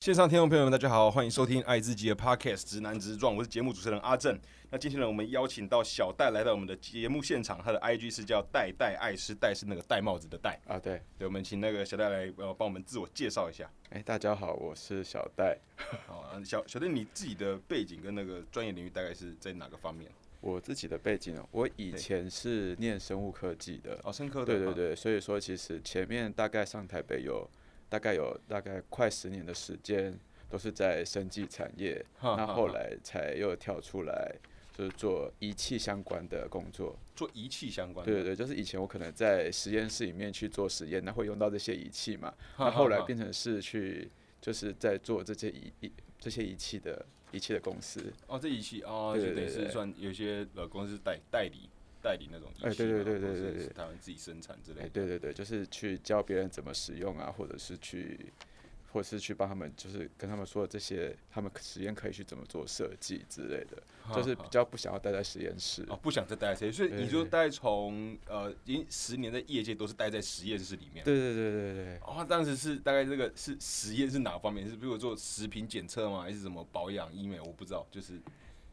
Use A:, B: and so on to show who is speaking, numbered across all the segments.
A: 线上听众朋友们，大家好，欢迎收听《爱自己的 Podcast》直男直撞，我是节目主持人阿正。那今天呢，我们邀请到小戴来到我们的节目现场，他的 IG 是叫戴戴爱是戴是那个戴帽子的戴。
B: 啊，对，
A: 对，我们请那个小戴来呃帮我们自我介绍一下。
B: 哎，大家好，我是小戴，
A: 好，啊小小戴你自己的背景跟那个专业领域大概是在哪个方面？
B: 我自己的背景哦，我以
A: 对
B: 前是念生物科技的，
A: 哦，深刻的，
B: 对对对，所以说其实前面大概上台北有大概有大概快十年的时间都是在生技产业，
A: 哈，
B: 那
A: 哈
B: 后
A: 哈
B: 来才又跳出来。就是做仪器相关的工作，
A: 做仪器相哦关的，
B: 对对对，就是以前我可能在实验室里面去做实验，那会用到这些仪器嘛，
A: 哈
B: 那后来
A: 哈哈
B: 变成是去就是在做这些仪仪这些仪器的仪器的公司，
A: 哦，这仪器哦，
B: 对
A: 就
B: 对
A: 等于
B: 对
A: 是
B: 对
A: 算有些呃公司代代理代理那种仪器嘛，
B: 哎对对对对
A: 或者
B: 对
A: 是
B: 对
A: 台湾自己生产之类
B: 哎、
A: 的。
B: 对对对，就是去教别人怎么使用啊，或者是去，或者是去帮他们，就是跟他们说这些他们实验可以去怎么做设计之类的，就是
A: 哈
B: 比
A: 哈
B: 较不想要待在实验室。
A: 哦，不想再待在实验室，所以你
B: 对
A: 就
B: 对
A: 待从呃，已经十年在业界都是待在实验室里面。
B: 对对对对对，
A: 哦，那当时是大概这个是实验是哪方面？是比如做食品检测吗？还是什么保养医美？我不知道，就是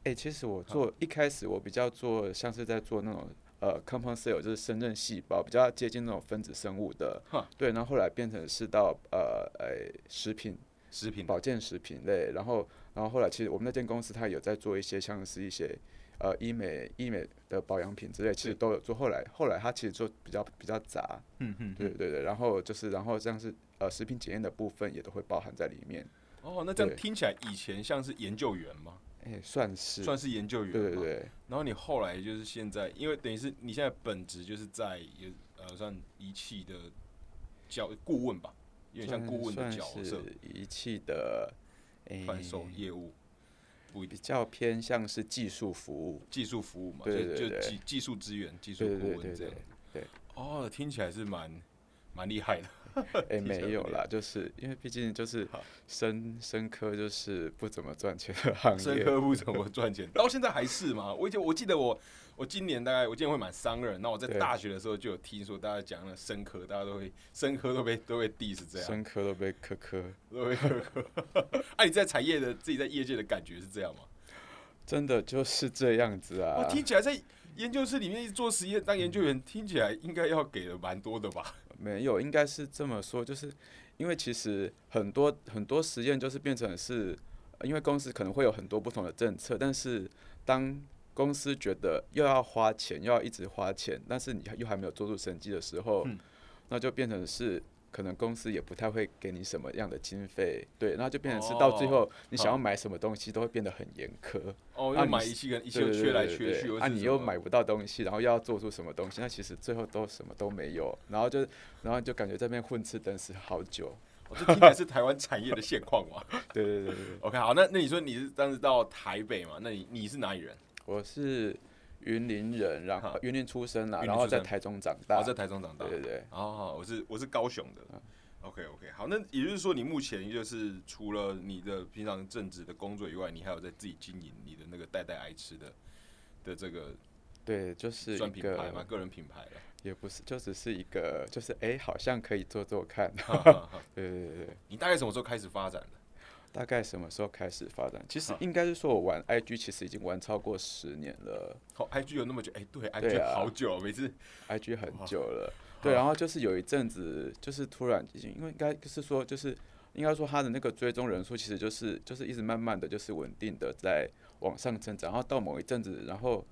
B: 哎、其实我做一开始我比较做像是在做那种呃 compound cell，就是深圳细胞，比较接近那种分子生物的
A: 哈。
B: 对，然后后来变成是到呃呃食品
A: 食品
B: 保健食品类，然后然后后来其实我们那间公司它有在做一些像是一些呃医美医美的保养品之类，其实都有做。后来后来它其实做比较比较杂，
A: 嗯嗯，
B: 对对对。然后就是然后像是呃食品检验的部分也都会包含在里面，
A: 哦，那这样
B: 对
A: 听起来以前像是研究员吗？
B: 哎，算是
A: 算是研究员，
B: 对对。对
A: 然后你后来就是现在，因为等于是你现在本职就是在也呃算仪器的角顾问吧，有点像
B: 算
A: 顾问的
B: 算
A: 角色，
B: 是仪器的哎
A: 贩售业务不一
B: 比较偏向是技术服务，
A: 技术服务嘛，
B: 对对
A: 就就
B: 对
A: 技技术资源、技术
B: 对对
A: 顾
B: 对
A: 问
B: 对
A: 这
B: 对
A: 样。。 哦，听起来是蛮蛮厉害的。
B: 哎、
A: 听起来
B: 没有
A: 不一
B: 啦，就是因为毕竟就是
A: 好
B: 生生科就是不怎么赚钱的行
A: 生
B: 业，
A: 科不怎么赚钱，到现在还是吗？我以前我记得我我今年大概我今年会满三个人，那我在
B: 对
A: 大学的时候就有听说大家讲了生科，大家都会生科都被都被 diss 这样。
B: 生科都被科科，
A: 都会苛刻。 哎、你在产业的自己在业界的感觉是这样吗？
B: 真的就是这样子
A: 我、
B: 啊。
A: 听起来在研究室里面一直做实验当研究员，听起来应该要给的蛮多的吧？
B: 没有，应该是这么说，就是因为其实很多很多实验就是变成是，呃因为公司可能会有很多不同的政策，但是当公司觉得又要花钱，又要一直花钱，但是你又还没有做出成绩的时候，
A: 嗯
B: 那就变成是。可能公司也不太会给你什么样的经费，对，那就变成是到最后你想要买什么东西都会变得很严苛，
A: 哦，
B: 啊
A: 又
B: 你
A: 买
B: 是
A: 仪器跟仪器
B: 对
A: 又
B: 对对
A: 缺来缺
B: 对
A: 去，
B: 对
A: 又是
B: 啊，
A: 什
B: 你又
A: 么
B: 买不到东西，然后又要做出什么东西，那其实最后都什么都没有，然后就然后就感觉在那边混吃等死好久。
A: 哦，这听起来是台湾产业的现况嘛
B: 对对对对对，
A: ？OK，好，那那你说你是当时到台北嘛？那你你是哪里人？
B: 我是云林人，然
A: 好
B: 后云林出生啦，
A: 云林
B: 然后
A: 出
B: 在
A: 生
B: 台中长
A: 我、
B: 大。
A: 哦、在台中长大
B: 对。对嗯对，
A: 哦，我是我是高雄的。OK OK，好，那也就是说，你目前就是除了你的平常正职的工作以外，你还有在自己经营你的那个代代爱吃的的这个
B: 对，就是
A: 算
B: 一
A: 品牌嘛，
B: 个
A: 个人品 牌了。
B: 也不是，就只是一个，就是哎，好像可以做做看。
A: 哈哈哈
B: 对对对对，
A: 你大概什么时候开始发展的？
B: 大概什么时候开始发展？其实
A: 好
B: 应该是说我玩 IG，其实已经玩超过十年了。
A: 好、i g 有那么久？哎、对
B: 对
A: ，IG
B: 啊
A: 好久、每次
B: IG 很
A: 哇
B: 久了，对，然后就是有一阵子，就是突然，因为应该是说，就是应该说他的那个追踪人数，其实就是就是一直慢慢的就是稳定的在往上增长，然后到某一阵子，然后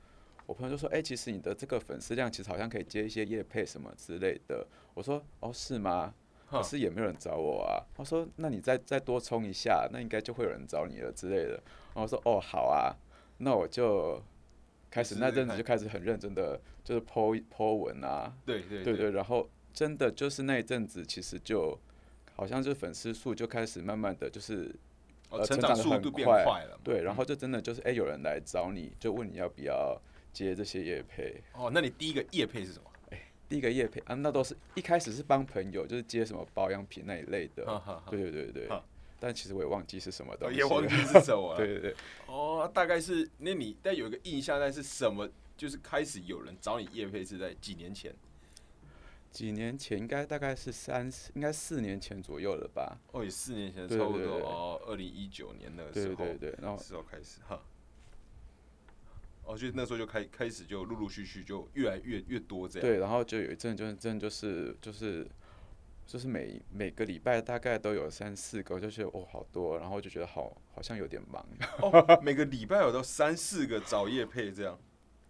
B: 我朋友就说，哎、其实你的这个粉丝量其实好像可以接一些业配什么之类的，我说，哦，是吗？可
A: 哈
B: 是也没有人找我啊。他说，那你再再多冲一下，那应该就会有人找你了之类的。然后我说，哦，好啊，那我就。开始
A: 试
B: 那
A: 试
B: 阵子
A: 看
B: 就开始很认真的，就是 po po 文啊，
A: 对对
B: 对对，然后真的就是那一阵子，其实就好像就粉丝数就开始慢慢的就是
A: 哦，
B: 呃
A: 成
B: 成
A: 长
B: 长得
A: 速
B: 很
A: 度变
B: 快
A: 快了嘛。
B: 对，然后就真的就是哎、有人来找你，就问你要不要接这些业配。
A: 哦，那你第一个业配是什么？
B: 第一个业配啊，那都是一开始是帮朋友，就是接什么保养品那一类的。
A: 哈哈哈
B: 对对对对
A: 哈，
B: 但其实我也忘记是什么东
A: 哦
B: 西
A: 也忘
B: 了
A: 记是什么了。
B: 对对对，
A: 哦，大概是那你但有一个印象，但是什么？就是开始有人找你叶配是在几年前，
B: 几年前应该大概是三四，应该四年前左右了吧？
A: 哦，也四年前
B: 对
A: 差不
B: 对
A: 多
B: 对
A: 哦，二零一九年那个时
B: 对
A: 候，
B: 对对，然后
A: 时候开始哈。哦，就那时候就开开始就陆陆续续就越来越越多这样。
B: 对，然后就有一阵就是真的就是就是就是每每个礼拜大概都有三四个，就觉得哦好多，然后就觉得好好像有点忙。
A: 哦， 每个礼拜有到三四个找夜配这样，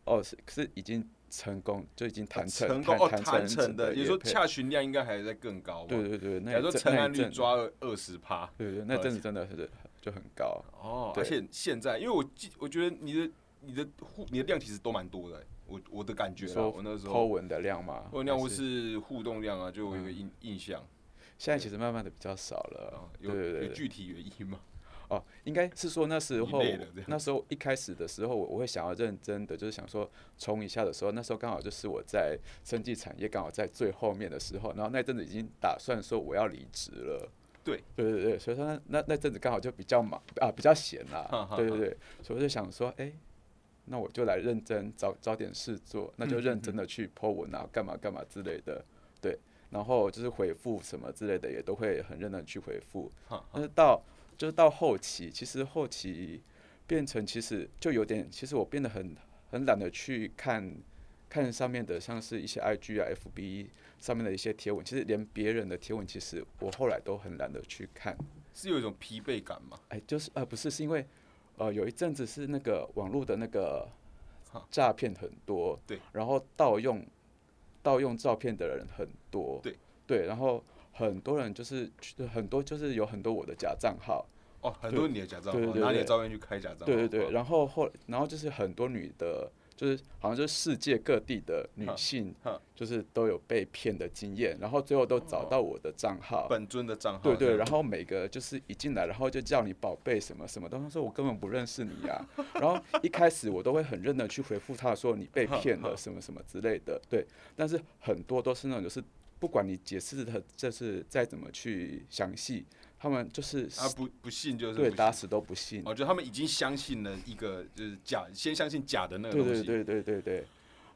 B: 哦，是是已经成功，就已经谈成
A: 成功哦，
B: 谈
A: 谈
B: 成
A: 成的，也
B: 业
A: 说
B: 配
A: 洽询量应该还在更高嘛。
B: 对对对，那
A: 假
B: 一
A: 如说
B: 阵
A: 成
B: 那一
A: 案率
B: 阵
A: 抓了二十趴。
B: 对对，那
A: 呃
B: 阵子真的是就很高。
A: 哦，而
B: 对
A: 且现在，因为我记，我觉得你的你的互你的量其实都蛮多的、欸我我的感觉啦，
B: 说
A: 我那时
B: 抛
A: 候
B: 文的量嘛，
A: 我量
B: 还嗯
A: 或是互动量啊，就有一个印印象
B: 现在其实慢慢的比较少
A: 啊
B: 了，，对
A: 有
B: 对
A: 有
B: 对对。
A: 具体原因吗？
B: 哦，应该是说那
A: 你
B: 时候
A: 累了这样
B: 那时候一开始的时候，我我会想要认真的，就是想说冲一下的时候，那时候刚好就是我在生技产业刚好在最后面的时候，然后那阵子已经打算说我要离职了。
A: 对
B: 对对对，所以说那那那阵子刚好就比较忙啊，比较闲
A: 哈
B: 啦
A: 哈。
B: 对对对，所以我就想说，哎、那我就来认真找找点事做，那就认真的去 po 文啊，干嘛干嘛之类的。对，然后就是回复什么之类的，也都会很认真地去回复。
A: 哈
B: 但是到就是到后期，其实后期变成其实就有点，其实我变得很很懒得去看看上面的，像是一些 IG 啊、FB 上面的一些贴文，其实连别人的贴文，其实我后来都很懒得去看。
A: 是有一种疲惫感嘛？
B: 哎，就是呃，不是，是因为呃，有一阵子是那个网络的那个
A: 哈
B: 诈骗很多，
A: 对，
B: 然后盗用盗用照片的人很多，
A: 对
B: 对，然后很多人就是就是很多就是有很多我的假账号，
A: 哦，很多你的假账
B: 对
A: 号，
B: 对对
A: 拿你的
B: 对
A: 照片去开假账号，
B: 对对对，
A: 哦，
B: 然后后然后就是很多女的，就是好像就是世界各地的女
A: 哈
B: 性
A: 哈，
B: 就是都有被骗的经验，然后最后都
A: 哦
B: 找到我的账号，
A: 本尊的账号这
B: 对
A: 样，
B: 对，然后每个就是一进来，然后就叫你宝贝什么什么东西，他说我根本不认识你 呀、然后一开始我都会很认真地去回复他说你被骗了什么什么之类的，对。但是很多都是那种就是不管你解释的，就是再怎么去详细，他们就是
A: 他不不信就是
B: 对
A: 啊不
B: 打
A: 信
B: 死都不信。
A: 哦，就他们已经相信了一个就是假，先相信假的那个
B: 对
A: 东
B: 对
A: 西，
B: 对对对对。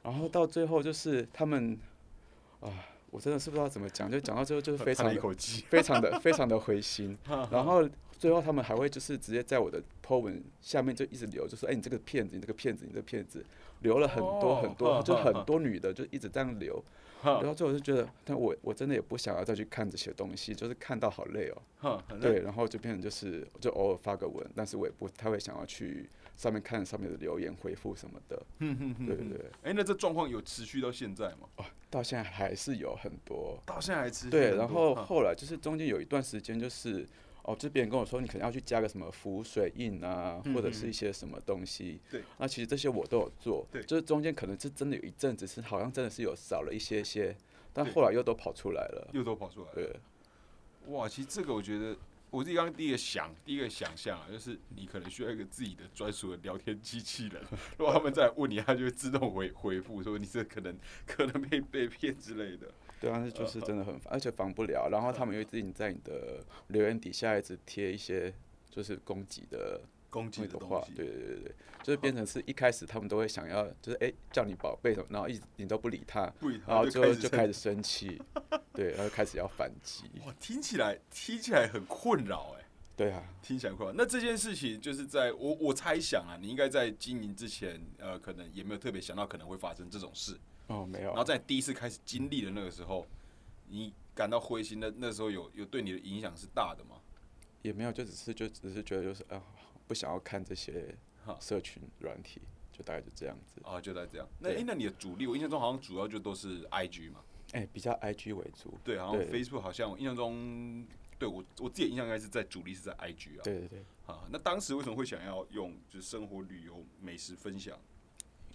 B: 然后到最后就是他们啊，我真的是不知道怎么讲，就讲到最后就是非
A: 叹
B: 常
A: 了一
B: 的
A: 口气，
B: 非常的非常的灰心
A: 哈哈，
B: 然后最后他们还会就是直接在我的 po 文下面就一直留，就说哎、你这个骗子，你这个骗子，你这个骗子，留了很多
A: 哦
B: 很多，就
A: 哈哈
B: 很
A: 哈
B: 多女的就一直这样留，
A: 哈
B: 然后最后就觉得，但我我真的也不想要再去看这些东西，就是看到好累哦。
A: 哈，很
B: 对，然后就变成就是就偶尔发个文，但是我也不太会想要去上面看上面的留言回复什么的。对对对，
A: 哎、那这状况有持续到现在吗？
B: 哦，到现在还是有很多。
A: 到现在还持续很多？嗯
B: 对，然后
A: 哈
B: 后来就是中间有一段时间，就是哦，就别人跟我说你可能要去加个什么浮水印啊，或者是一些什么东西。
A: 嗯对，
B: 那其实这些我都有做。
A: 对
B: 就是中间可能是真的有一阵子是好像真的是有少了一些些，但
A: 对
B: 后来又都跑出来了。
A: 又都跑出来了。
B: 对，
A: 哇，其实这个我觉得，我自己刚刚第一个想，第一个想象啊，就是你可能需要一个自己的专属的聊天机器人， 如果他们再问你，他就会自动回回复说你这可能可能被被骗之类的。
B: 对啊，那
A: 呃
B: 就是真的很烦，而且防不了。然后他们又一直在你的留言底下一直贴一些就是攻击的
A: 攻击
B: 那
A: 的
B: 个
A: 东
B: 话，
A: 西，
B: 对对对对，就是变成是一开始他们都会想要，就是哎、叫你宝贝什么，然后一直你都不理他，
A: 不理他
B: 然后
A: 就开
B: 就后
A: 始
B: 就
A: 生
B: 开始生气，对，然后开始要反击，
A: 哇，听起来听起来很困扰哎、
B: 对啊，
A: 听起来快。那这件事情就是在我我猜想啊，你应该在经营之前，呃，可能也没有特别想到可能会发生这种事。
B: 哦没
A: 然后
B: 有，
A: 在第一次开始经历的那个时候，你感到灰心，那那时候有有对你的影响是大的吗？
B: 也没有，就只是就只是觉得就是啊、不想要看这些
A: 哈
B: 社群软体，就大概就这样子，
A: 啊，就在这样。那
B: 对
A: 诶，那你的主力，我印象中好像主要就都是 IG 嘛，
B: 哎、比较 IG 为主，
A: 对，好像
B: 对
A: Facebook 好像我印象中，对我我自己的印象应该是在主力是在 IG 啊。
B: 对对对，
A: 啊，那当时为什么会想要用就是生活、旅游、美食分享，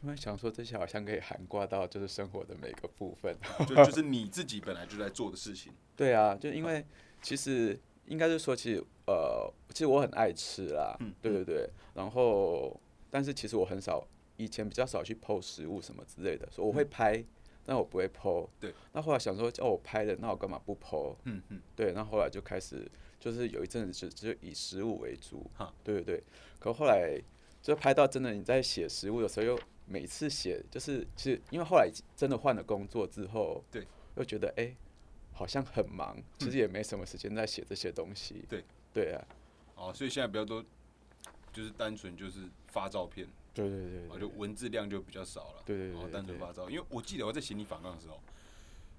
B: 因为想说这些好像可以涵盖到就是生活的每个部分，
A: 啊 就就是你自己本来就在做的事情。
B: 对啊，就因为其实应该是说，其实呃，其实我很爱吃啦，对对对。然后，但是其实我很少，以前比较少去 PO 食物什么之类的，所以我会拍，但我不会 PO。
A: 对。
B: 那后来想说，叫哦我拍的，那我干嘛不 PO？
A: 嗯嗯。
B: 对，那后来就开始，就是有一阵子就就以食物为主
A: 哈，
B: 对对对。可后来就拍到真的你在写食物的时候，又每次写就是其实因为后来真的换了工作之后，
A: 对，嗯
B: 又觉得哎、诶好像很忙，其实也没什么时间在写这些东西。
A: 对，
B: 对啊，
A: 哦，所以现在比较多，就是单纯就是发照片，
B: 对对对
A: 哦，
B: 对
A: 就文字量就比较少了。
B: 对对对
A: 哦
B: 对
A: 单纯
B: 对
A: 发照，因为我记得我在行李返港的时候，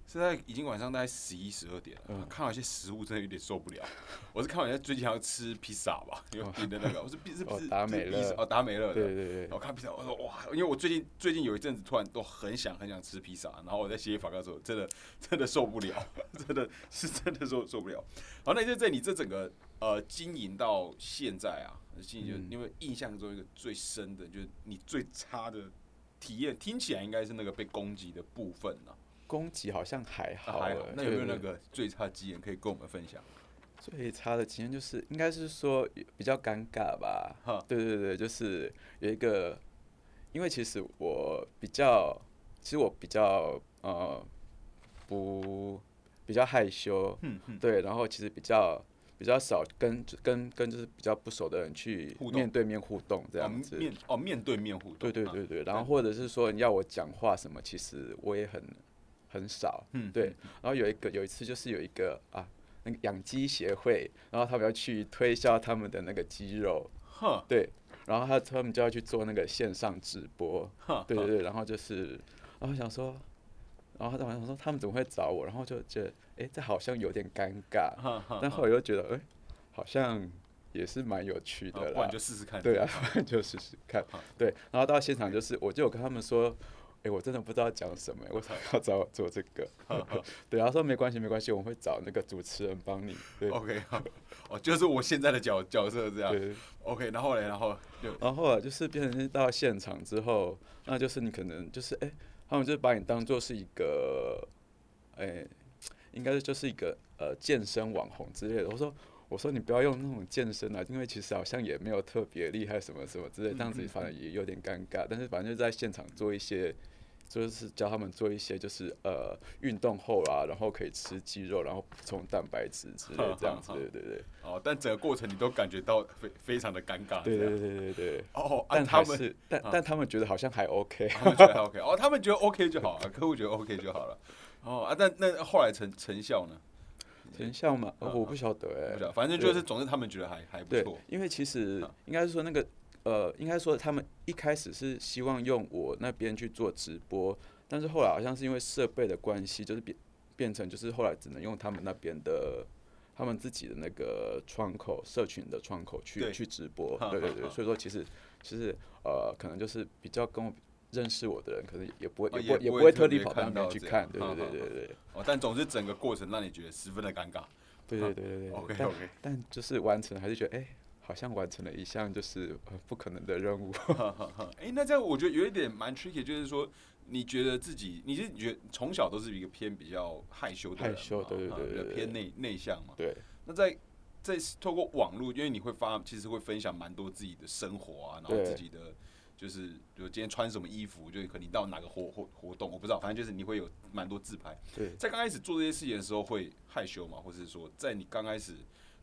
A: 是在已经晚上大概十一十二点了，
B: 嗯
A: 看到一些食物真的有点受不了。我是看到人家最近好像吃披萨吧，有订的那个，我是披是
B: 哦
A: 不是
B: 达
A: 是
B: 美
A: 披
B: 乐
A: 萨哦达美乐的，
B: 对对
A: 然
B: 对
A: 后看披萨，我说哇，因为我最近最近有一阵子突然都很想很想吃披萨，然后我在写法告的时候，真的真的受不了， 真的是真的受受不了。好，那就在你这整个呃经营到现在啊，经营就、
B: 嗯
A: 因为印象中一个最深的，就是你最差的体验，听起来应该是那个被攻击的部分呢、
B: 攻击好像还
A: 啊。
B: 好
A: 还
B: 欸，
A: 好，那有没有
B: 对
A: 那
B: 对
A: 个最差的经验可以跟我们分享？
B: 最差的经验就是，应该是说比较尴尬吧
A: 哈。
B: 对对对，就是有一个，因为其实我比较，其实我比较呃不比较害羞，
A: 嗯嗯
B: 对，然后其实比较比较少跟跟跟就是比较不熟的人去
A: 互动
B: 面对面互动这
A: 哦
B: 样子。
A: 面哦面对面互动，
B: 对对
A: 啊
B: 对对，然后或者是说你要我讲话什么，其实我也很很少，
A: 嗯
B: 对。然后有一个有一次就是有一个啊，那个养鸡协会，然后他们要去推销他们的那个鸡肉，
A: 哼
B: 对，然后他他们就要去做那个线上直播，
A: 哼，
B: 对对对，然后就是，然后想说，然后他想说他们怎么会找我，然后就觉得，哎，这好像有点尴尬，
A: 哼哼
B: 但
A: 哼
B: 后来又觉得，哎，好像也是蛮有趣
A: 啊
B: 的
A: 不
B: 啦
A: 然，就试试看。
B: 对啊， 就试试看
A: 好。
B: 对，然后到现场就是，我就有跟他们说，哎、我真的不知道讲什么、为什么要找我做这个？ 对，然后说没关系，没关系，我们会找那个主持人帮你。对
A: OK，好，哦，就是我现在的角角色这样。
B: 对，
A: OK，然后嘞，然后就
B: 然后啊，就是变成是到现场之后，那就是你可能就是哎、他们就把你当做是一个，哎、应该就是一个呃健身网红之类的。我说。我说你不要用那种健身啊，因为其实好像也没有特别厉害什么什么之类，这样
A: 嗯
B: 子反而也有点尴尬。但是反正就在现场做一些，就是教他们做一些就是呃运动后啊，然后可以吃鸡肉，然后补充蛋白质之类 这样子。对对对
A: 哦，但整个过程你都感觉到非非常的尴尬。
B: 对
A: 这样
B: 对对对对。
A: 哦，啊
B: 但
A: 他
B: 还
A: 们
B: 是，但但他们觉得好像还 OK。
A: 他们觉得还 OK，哦，他们觉得 OK 就好了，客户觉得 OK 就好了。哦啊，但那后来成成效呢？
B: 成效嘛，哦我不晓得
A: 不
B: 哎、
A: 知道，反正就是，总之他们觉得还还不
B: 对
A: 错。，
B: 因为其实应该是说那个呃，应该说他们一开始是希望用我那边去做直播，但是后来好像是因为设备的关系，就是变变成就是后来只能用他们那边的。他们自己的那个窗口，社群的窗口去
A: 对，
B: 去直播对对
A: 哈
B: 对，
A: 哈
B: 所以说其实其实呃，可能就是比较跟我认识我的人，可能也不会
A: 哦
B: 也不会
A: 也
B: 也
A: 不
B: 不
A: 会
B: 会
A: 特
B: 特地
A: 别
B: 跑
A: 看
B: 到那边
A: 到
B: 去
A: 这
B: 看
A: 样，
B: 对
A: 哈
B: 对对
A: 哈
B: 对对。
A: 哦，但总之整个过程让你觉得十分的尴尬。
B: 对对对对对
A: 啊 OK，
B: 但
A: OK
B: 但就是完成还是觉得哎、好像完成了一项就是呃不可能的 任务。
A: 哎、那这样我觉得有一点蛮 tricky，就是说，你觉得自己，你是觉得从小都是一个偏比较害羞的人嘛，
B: 害羞对对
A: 啊
B: 对
A: 比较
B: 对
A: 偏
B: 对
A: 内内向嘛。
B: 对
A: 那在在透过网络，因为你会发，其实会分享蛮多自己的生活啊，然后
B: 对
A: 自己的就是，比如今天穿什么衣服，就是可能你到哪个活活活动，我不知道，反正就是你会有蛮多自拍。
B: 对，
A: 在刚开始做这些事情的时候会害羞嘛，或是说，在你刚开始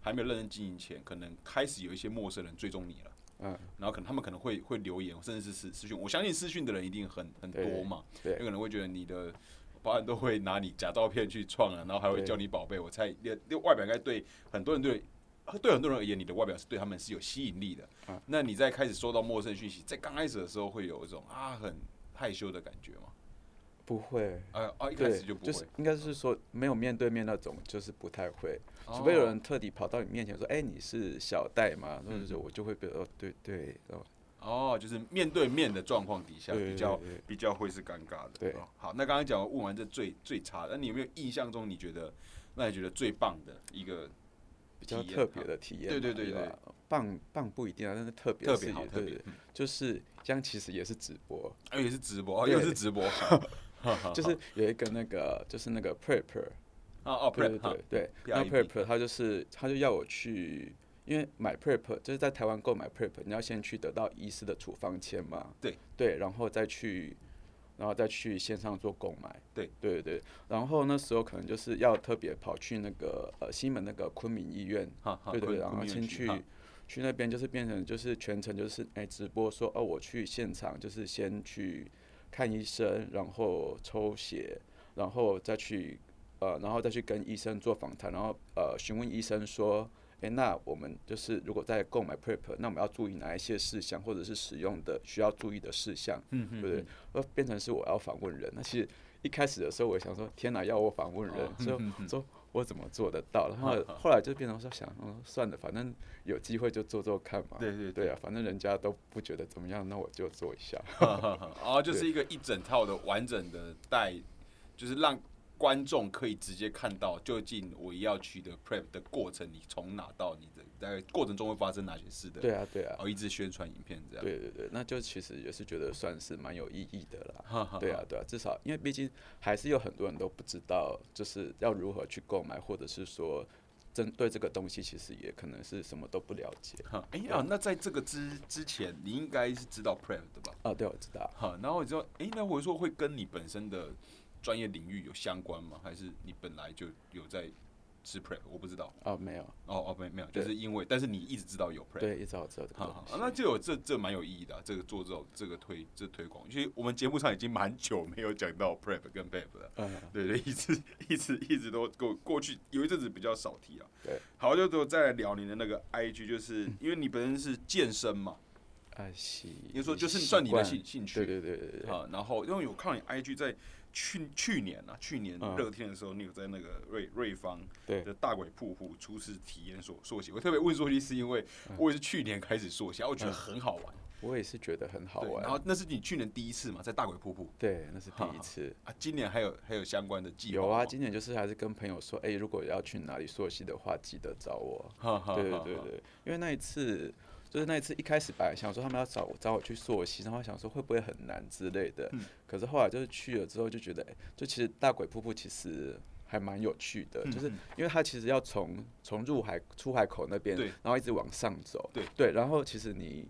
A: 还没有认真经营前，可能开始有一些陌生人追踪你了。
B: 嗯，
A: 然后可能他们可能会会留言，甚至是私私讯。我相信私讯的人一定很很
B: 对
A: 多嘛，
B: 对
A: 有可能会觉得你的保安都会拿你假照片去创啊，然后还会
B: 对
A: 叫你宝贝。我猜你的你的外表应该对很多人对对很多人而言，你的外表是对他们是有吸引力的。
B: 嗯
A: 那你在开始收到陌生讯息，在刚开始的时候会有一种啊很害羞的感觉嘛？
B: 不会。
A: 啊啊，一开
B: 对
A: 始，就不会，
B: 是应该是说没有面对面那种，就是不太会，
A: 哦
B: 除非有人特地跑到你面前说：“哎、你是小戴吗？”那
A: 嗯
B: 就是我就会比较哦，对对，哦，
A: 哦，就是面对面的状况底下
B: 对对
A: 比较
B: 对对
A: 比较会是尴尬的。
B: 对
A: 哦好，那刚刚讲问完这最最差的，那你有没有印象中你觉得那你觉得最棒的一个
B: 比较
A: 体验啊
B: 特别的体验
A: 对
B: 嘛。
A: 对对对
B: 吧，棒棒不一定啊，但是特别
A: 特
B: 是
A: 别好
B: 也
A: 特
B: 对
A: 别嗯
B: 对，就是这样，其实也是直播，
A: 而且是直播，哦
B: 对
A: 又是直播，
B: 就是有一个那个就是那个 prepper，
A: 啊哦
B: 对
A: prep
B: 对
A: 哈
B: 对对，
A: PREP
B: 那 prep 他就是他就要我去，因为买 prep 就是在台湾购买 prep，你要先去得到医师的处方签嘛，
A: 对
B: 对，然后再去，然后再去线上做购买，
A: 对
B: 对对对，然后那时候可能就是要特别跑去那个呃西门那个昆明医院，
A: 哈哈
B: 对对
A: 昆
B: 对，然
A: 昆
B: 后
A: 明
B: 先
A: 园区
B: 去
A: 哈
B: 去那边就是变成就是全程就是哎、直播说哦我去现场就是先去看医生，然后抽血，然后再去呃，然后再去跟医生做访谈，然后呃询问医生说，诶，那我们就是如果在购买 Prep，那我们要注意哪一些事项，或者是使用的需要注意的事项，
A: 嗯
B: 对不对？呃，变成是我要访问人，那其实一开始的时候，我也想说，天哪，要我访问
A: 哦
B: 人，说
A: 嗯
B: 说我怎么做得到？然后后来就变成说想，嗯，算了，反正有机会就做做看嘛。
A: 对对
B: 对啊，反正人家都不觉得怎么样，那我就做一下。
A: 哦，就是一个一整套的完整的带，就是让观众可以直接看到究竟我要去的 prep 的过程，你从哪到你的大概过程中会发生哪些事的，
B: 对啊，对啊，
A: 哦，一直宣传影片这样，
B: 对对对，那就其实也是觉得算是蛮有意义的啦。
A: 哈哈
B: 对啊，对啊，至少因为毕竟还是有很多人都不知道，就是要如何去购买，或者是说针对这个东西，其实也可能是什么都不了解。
A: 哈。哎啊，那在这个之之前，你应该是知道 prep 的吧？
B: 啊，对，我知道。
A: 哈，然后你知道，哎，那我说会跟你本身的专业领域有相关吗？还是你本来就有在吃 prep？我不知道。
B: 哦，没有，
A: 哦哦，没没有，就
B: 对
A: 是因为，但是你一直知道有 prep。
B: 对，一早知道这个
A: 好
B: 东
A: 好，
B: 西。
A: 那就有这这蛮有意义的啊、这个做这种这个推这推广，因为我们节目上已经蛮久没有讲到 prep 跟 pep 了，
B: 嗯，
A: 对对，一直一直一直都过过去有一阵子比较少提啊。
B: 对，嗯
A: 好，就都再来聊你的那个 IG，就是因为你本身是健身嘛，
B: 爱惜。
A: 你说就是算你的兴兴趣
B: 对对对对对。
A: 啊，然后因为有看到你 IG 在去去年啊，去年
B: 嗯
A: 热天的时候，你有在那个瑞瑞芳
B: 对
A: 的大鬼瀑布初次体验所溯溪，我特别问溯溪是因为
B: 嗯
A: 我也是去年开始溯溪，啊我觉得很好玩。
B: 我也是觉得嗯很好
A: 对，
B: 玩。
A: 然后那是你去年第一次嘛，在大鬼瀑布
B: 对，那是第
A: 好
B: 一
A: 好
B: 次。
A: 啊，今年还有还有相关的计划
B: 有啊，
A: 吗
B: 今年就是还是跟朋友说，哎、如果要去哪里溯溪的话，记得找我。
A: 哈哈
B: 对对
A: 哈
B: 对
A: 哈
B: 对，因为那一次就是那一次一开始本来想说他们要找我找我去溯溪，然后想说会不会很难之类的，
A: 嗯
B: 可是后来就是去了之后就觉得，哎就其实大鬼瀑布其实。还蛮有趣
A: 嗯
B: 的，就是因为它其实要从从入海出海口那边
A: 对，
B: 然后一直往上走，
A: 对
B: 然后其实你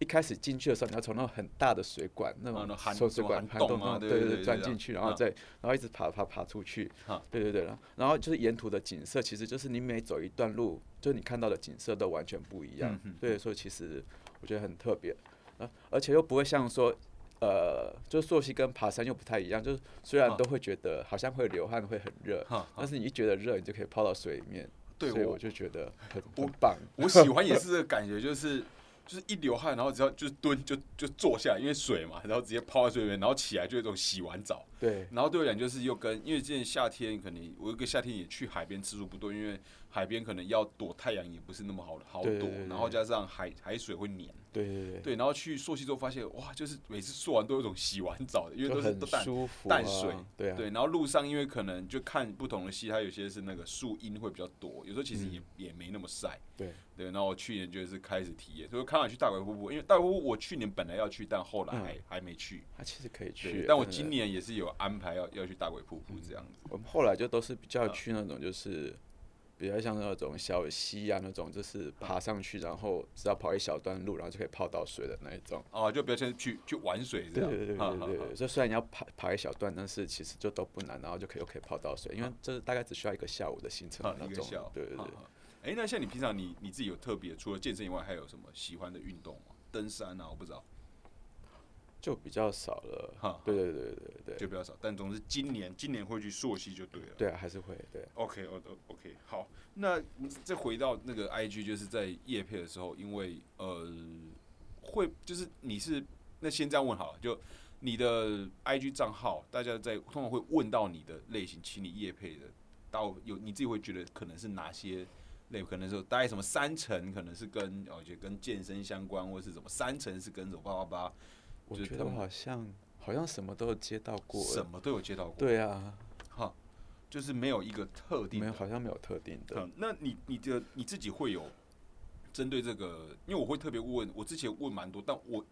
B: 一开始进去的时候，你要从那种很大的水管那
A: 啊
B: 种
A: 那涵
B: 抽水
A: 什么
B: 管
A: 涵
B: 涵
A: 洞
B: 洞
A: 啊
B: 那种
A: 对
B: 对
A: 对对
B: 对，钻
A: 这样
B: 进去，然后
A: 啊
B: 再然后一直爬爬爬出去
A: 啊，
B: 对对对，然后然后就是沿途的景色，其实就是你每走一段路，就是你看到的景色都完全不一
A: 嗯
B: 样，对，所以其实我觉得很特别，呃，而且又不会像说。呃，就是溯溪跟爬山又不太一样，就是虽然
A: 啊
B: 都会觉得好像会流汗会很热
A: 啊啊，
B: 但是你一觉得热，你就可以泡到水里面，
A: 对
B: 所以
A: 我
B: 我就觉得很
A: 我
B: 很棒。
A: 我喜欢也是这个感觉，就是就是一流汗，然后只要就是蹲就就坐下来，因为水嘛，然后直接泡在水里面，然后起来就有一种洗完澡，
B: 对，
A: 然后对我来讲就是又跟因为之前夏天可能我有一个夏天也去海边次数不多，因为海边可能要躲太阳也不是那么好好
B: 对对
A: 躲
B: 对对，
A: 然后加上海海水会黏，
B: 对对对，
A: 对，然后去溯溪之后发现哇，就是每次溯完都有一种洗完澡的，因为
B: 就
A: 都是
B: 很
A: 都淡
B: 舒服、啊，
A: 淡水，
B: 对啊，
A: 对，然后路上因为可能就看不同的溪，它有些是那个树荫会比较多，有时候其实
B: 嗯
A: 也、也没那么晒。
B: 对
A: 对，然后我去年就是开始体验，所以我刚好去大鬼瀑布，因为大鬼瀑布我去年本来要去，但后来还、还没去。
B: 它其实可以嗯去
A: 对，
B: 啊。
A: 但我
B: 真的
A: 今年也是有安排要要去大鬼瀑布这样子。
B: 我们后来就都是比
A: 啊
B: 较去那种就是比较像那种小溪啊那种，就是爬上去，然后只要跑一小段路，然后就可以泡到水的那一种。
A: 哦、就不要先去去玩水这
B: 对
A: 样。
B: 对对
A: 哈
B: 对
A: 哈
B: 对
A: 哈
B: 啊对，就虽然你要爬爬一小段，但是其实就都不难，然后就可以又可以泡到水，因为这大概只需要一个下午的行程
A: 啊
B: 的，
A: 一
B: 那
A: 个
B: 种
A: 下午。。
B: 对对对
A: 哈，哈。哎、那像你平常你你自己有特别除了健身以外，还有什么喜欢的运动吗？登山啊，我不知道，
B: 就比较少了
A: 哈。
B: 对对对对对对
A: 就比较少。但总之今年今年会去溯溪就对了。
B: 对啊，还是会对。
A: OK，我都 OK，好。那再回到那个 IG，就是在夜配的时候，因为呃，会就是你是那先这样问好了，就你的 IG 账号，大家在通常会问到你的类型，请你夜配的，到有你自己会觉得可能是哪些类，可能是大概什么三成可能是跟哦，就跟健身相关，或是什么三成是跟什么八八八，
B: 我
A: 就是
B: 觉
A: 他
B: 得我
A: 们
B: 好像好像什么都有接到过。
A: 什么都有接到过，
B: 对啊，
A: 哈，就是没有一个特定
B: 没
A: 的
B: 有，好像没有特定的。
A: 嗯，那你你的你自己会有针对这个，因为我会特别问，我之前问蛮多，但我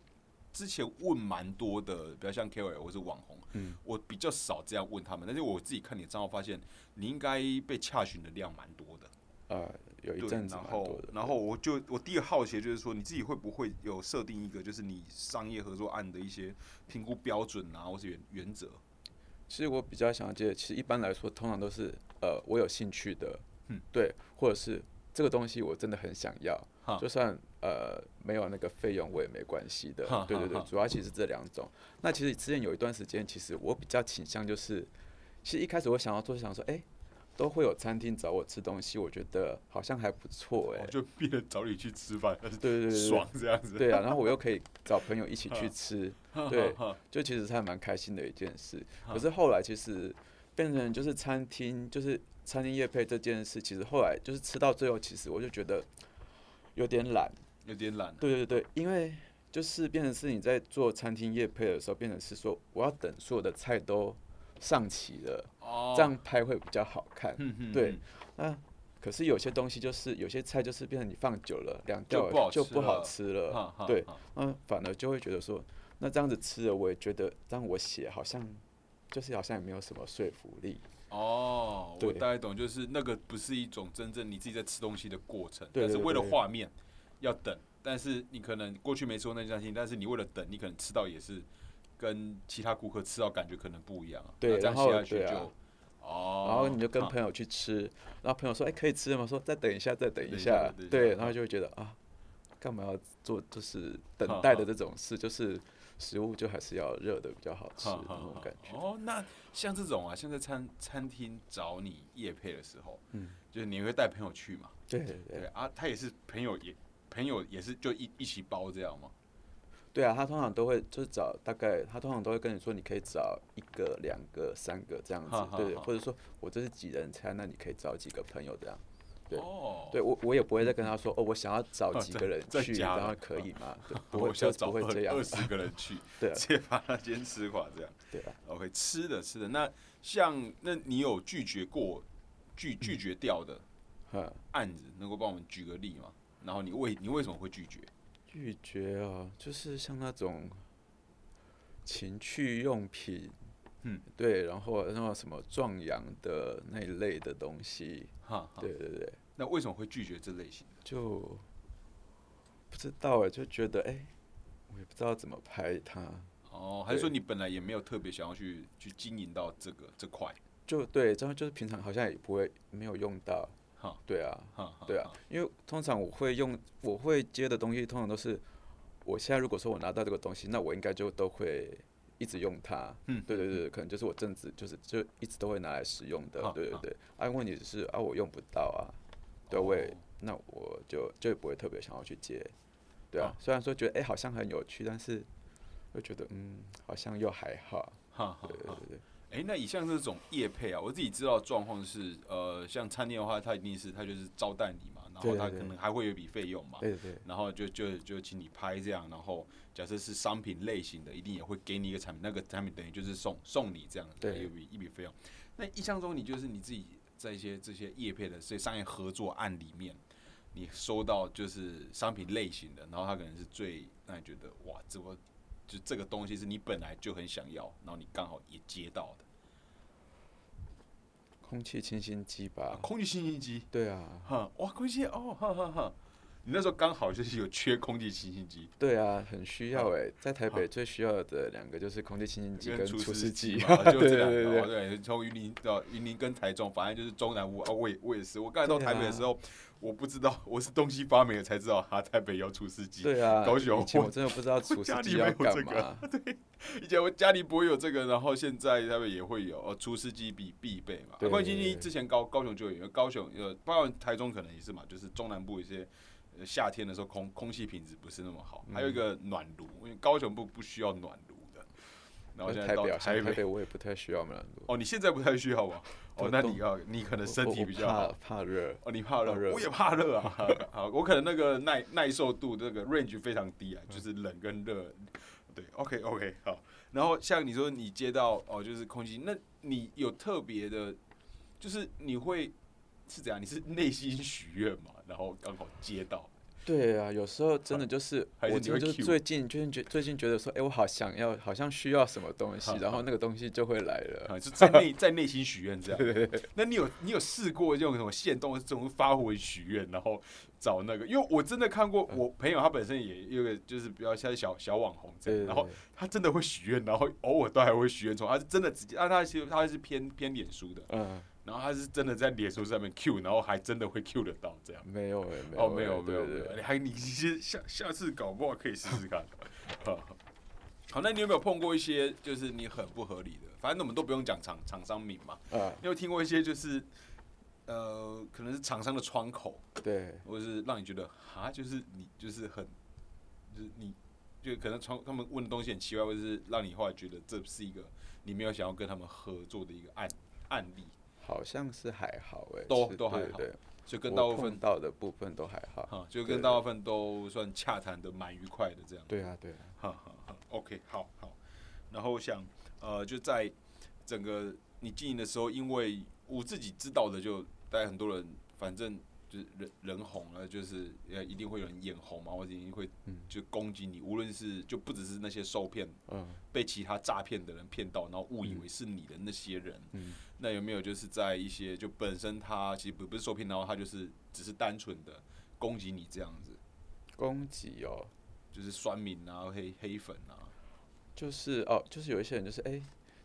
A: 之前问蛮多的，比较像 KOL 或是网红，
B: 嗯，
A: 我比较少这样问他们，但是我自己看你的账号发现，你应该被洽询的量蛮多的，
B: 呃，有一
A: 啊对
B: 阵子
A: 然
B: 蛮
A: 后
B: 多的。
A: 然后我就我第一个好奇的就是说，你自己会不会有设定一个，就是你商业合作案的一些评估标准啊，或是原原则？
B: 其实我比较想要接的，其实一般来说，通常都是呃，我有兴趣的，
A: 嗯，
B: 对，或者是这个东西我真的很想要
A: 哈，
B: 就算呃没有那个费用我也没关系的
A: 哈，
B: 对对
A: 哈
B: 对
A: 哈，
B: 主要其实这两种。那其实之前有一段时间，其实我比较倾向就是其实一开始我想要做，想说，哎、都会有餐厅找我吃东西，我觉得好像还不错、哎、
A: 我哦就变得找你去吃饭，但是
B: 对对对 对
A: 爽这样子。，
B: 对，对啊，然后我又可以找朋友一起去吃，对
A: 哈
B: 就其实是还蛮开心的一件事。
A: 嗯
B: 可是后来其实变成就是餐厅，就是餐厅业配这件事，其实后来就是吃到最后，其实我就觉得有点懒。
A: 有点懒。
B: 对对对，因为就是变成是你在做餐厅业配的时候，变成是说我要等所有的菜都上齐了，
A: 哦
B: 这样拍会比较好看。
A: 嗯嗯
B: 对
A: 嗯
B: 那可是有些东西就是有些菜就是变成你放久了凉
A: 就
B: 掉
A: 不好
B: 了就
A: 吃
B: 不好
A: 了
B: 吃了，
A: 哈哈
B: 对
A: 哈
B: 嗯，反而就会觉得说，那这样子吃了，我也觉得让我写好像就是好像也没有什么说服力。
A: 哦，我
B: 对
A: 大概懂，就是那个不是一种真正你自己在吃东西的过程，
B: 对
A: 但是
B: 对
A: 为了
B: 对
A: 画面要等，但是你可能过去没吃过那家店，但是你为了等，你可能吃到也是跟其他顾客吃到感觉可能不一样啊。
B: 对
A: 那这样
B: 然后
A: 写下去
B: 对啊
A: 就哦，
B: 然后你就跟
A: 啊
B: 朋友去吃，然后朋友说：“哎、可以吃了吗？”说：“再等一下，再等
A: 等
B: 一
A: 一下再
B: 下。
A: 等一”下
B: 对，
A: 嗯
B: 然后就会觉得啊，干嘛要做就是
A: 哈
B: 等待
A: 哈
B: 的这种事？就是食物就还是要热的比较好吃
A: 哈
B: 那
A: 哈
B: 种
A: 哈
B: 感觉。
A: 哦，那像这种啊，像在餐餐厅找你夜配的时候，
B: 嗯，
A: 就是你会带朋友去嘛？
B: 对对
A: 对
B: 对
A: 啊，他也是朋友也朋友也是就一一起包这样吗？
B: 对啊，他通常都会就是找大概，他通常都会跟你说，你可以找一个、两个、三个这样
A: 哈
B: 子，
A: 哈
B: 对对，
A: 哈
B: 或者说我这是几人餐，那你可以找几个朋友这样。对
A: 哦，
B: 对我我也不会再跟他说哦，我想要找
A: 哦
B: 几
A: 再
B: 个人
A: 再
B: 去，
A: 加
B: 然后
A: 了
B: 可以 吗？对不
A: 我
B: 会，
A: 想
B: 就是
A: 找
B: 不会这
A: 二
B: 样
A: 二，十个人去，
B: 对啊
A: 直接把他先吃垮这样。
B: 对啊。
A: OK，吃的吃的，那像那你有拒绝过拒拒绝掉的
B: 嗯，
A: 案子，能够帮我们举个例吗？然后你为你为什么会拒绝？
B: 拒绝啊，就是像那种情趣用品，
A: 嗯，
B: 对，然后那种什么壮阳的那一类的东西，
A: 哈，哈
B: 对对对，
A: 那为什么会拒绝这类型的？
B: 就不知道哎，就觉得哎、我也不知道怎么拍它，
A: 哦，还是说
B: 对
A: 你本来也没有特别想要去去经营到这个这块？
B: 就对，这样就是平常好像也不会没有用到
A: 哈，
B: 对啊，
A: 哈，哈
B: 对啊，，因为通常我会用我会接的东西，通常都是我现在如果说我拿到这个东西，那我应该就都会一直用它。
A: 嗯
B: 对对对，可能就是我正职就是就一直都会拿来使用的
A: 好。
B: 对对
A: 好
B: 对，啊，问题是啊，我用不到啊，对，我也
A: 哦
B: 那我就就也不会特别想要去接。对
A: 哦
B: 啊，虽然说觉得哎、好像很有趣，但是又觉得嗯好像又还好。
A: 哈，哈
B: 对对
A: 哈
B: 对对，
A: 哎、那以像这种业配啊，我自己知道的状况是，呃，像餐厅的话，它一定是它就是招待你嘛，然后
B: 对
A: 它
B: 对
A: 可能还会有一笔费用嘛，
B: 对对对
A: 然后就就就请你拍这样，然后假设是商品类型的，一定也会给你一个产品，那个产品等于就是送送你这样子，
B: 对
A: 一笔一笔费用。那印象中你就是你自己在一些这些业配的这些商业合作案里面，你收到就是商品类型的，然后它可能是最让你觉得哇，这个就这个东西是你本来就很想要，然后你刚好也接到的，
B: 空气清新机
A: 啊
B: 吧。
A: 空气清新机，
B: 对啊，
A: 哈，哇，空气哦，哈哈哈，你那时候刚好就是有缺空气清新机。
B: 对啊，很需
A: 好
B: 要哎、在台
A: 好
B: 北最需要的两个就是空气清新机
A: 跟
B: 跟
A: 除
B: 除
A: 湿
B: 湿
A: 机
B: 机，
A: 嘛， 就
B: 对
A: 这
B: 对
A: 两个
B: 对
A: 哦
B: 对，
A: 对，从云林到云林跟台中，反正就是中南部啊，我也我也是，我刚才到
B: 对
A: 台北的
B: 啊
A: 时候，我不知道，我是东西发霉了才知道，啊，台北有除湿机，
B: 对啊，
A: 高雄
B: 以 前
A: 我
B: 我真的不知道除湿
A: 家里
B: 机
A: 没
B: 要
A: 有这
B: 干
A: 个
B: 嘛，
A: 以前我家里不会有这个，然后现在他们也会有，哦，除湿机必必备嘛。啊
B: 对
A: 关于经济之前高高雄就有，因为高雄呃，包括台中可能也是嘛，就是中南部一些。呃夏天的时候空空气品质不是那么好，还有一
B: 嗯
A: 个暖炉，因为高雄不不需要暖炉的， 然后
B: 跟
A: 现在
B: 台
A: 到
B: 北好像
A: 台
B: 台
A: 北
B: 北我也不太需要暖炉，
A: 哦，你现在不太需要吧？哦，
B: 对
A: 那
B: 都
A: 你要你可能
B: 我
A: 身
B: 我
A: 体
B: 我
A: 比较
B: 怕
A: 好。
B: 怕热，
A: 哦，你怕
B: 怕
A: 热，
B: 热
A: 我也怕热啊。 好，我可能那个耐耐受度这个 range 非常低啊，就是冷跟热。对，OK OK，好。然后像你说你接到哦，就是空气，那你有特别的，就是你会是怎样？你是内心许愿嘛，然后刚好接到。
B: 对啊，有时候真的就是
A: 还是
B: 我
A: 你
B: 真
A: 会
B: 的就是
A: cue
B: 最近最近觉最近觉得说，哎，我好想要，好像需要什么东西，然后那个东西就会来了，
A: 啊，就在内在内心许愿这样。那你有你有试过这种什么线动这种发文许愿，然后找那个？因为我真的看过，我朋友他本身也有个就是比较像小小网红这
B: 对
A: 样，
B: 对
A: 然后
B: 对
A: 他真的会许愿，然后偶尔都还会许愿从，他是真的直接，啊，他其实他是偏偏脸书的，
B: 嗯，
A: 然后他是真的在脸书上面 Q，然后还真的会 Q 得到这样。
B: 没有哎，
A: 哦，没有没有
B: 哎
A: 没，
B: 对
A: 有，
B: 对
A: 你还你先下下次搞不 好可以试试看。好，好，那你有没有碰过一些就是你很不合理的反正我们都不用讲厂厂商名嘛。
B: 啊，
A: 你有听过一些就是呃，可能是厂商的窗口，
B: 对，
A: 或者是让你觉得啊，就是你就是很就是你。就可能窗他们问的东西很奇怪，或者是让你后来觉得这是一个你没有想要跟他们合作的一个案案例，
B: 好像是还好哎、欸，
A: 都
B: 是
A: 都还好
B: 对对
A: 所以跟
B: 我
A: 大部
B: 碰
A: 分
B: 到的部分都还好。
A: 哈，就跟大部分都算洽谈的蛮愉快的这样。
B: 对啊，对啊，
A: 哈哈哈，OK，好好。然后我想，呃，就在整个你经营的时候，因为我自己知道的就，大概很多人，反正就是人人红了，就是呃，一定会有人眼红嘛，或者一定会就攻击你，无论是就不只是那些受骗
B: 嗯，
A: 被其他诈骗的人骗到，然后误以为是你的那些人，
B: 嗯
A: 那有没有就是在一些就本身他其实不不是受骗，然后他就是只是单纯的攻击你这样子，
B: 攻击哦，
A: 就是酸民啊、黑黑粉啊，
B: 就是哦，就是有一些人就是哎、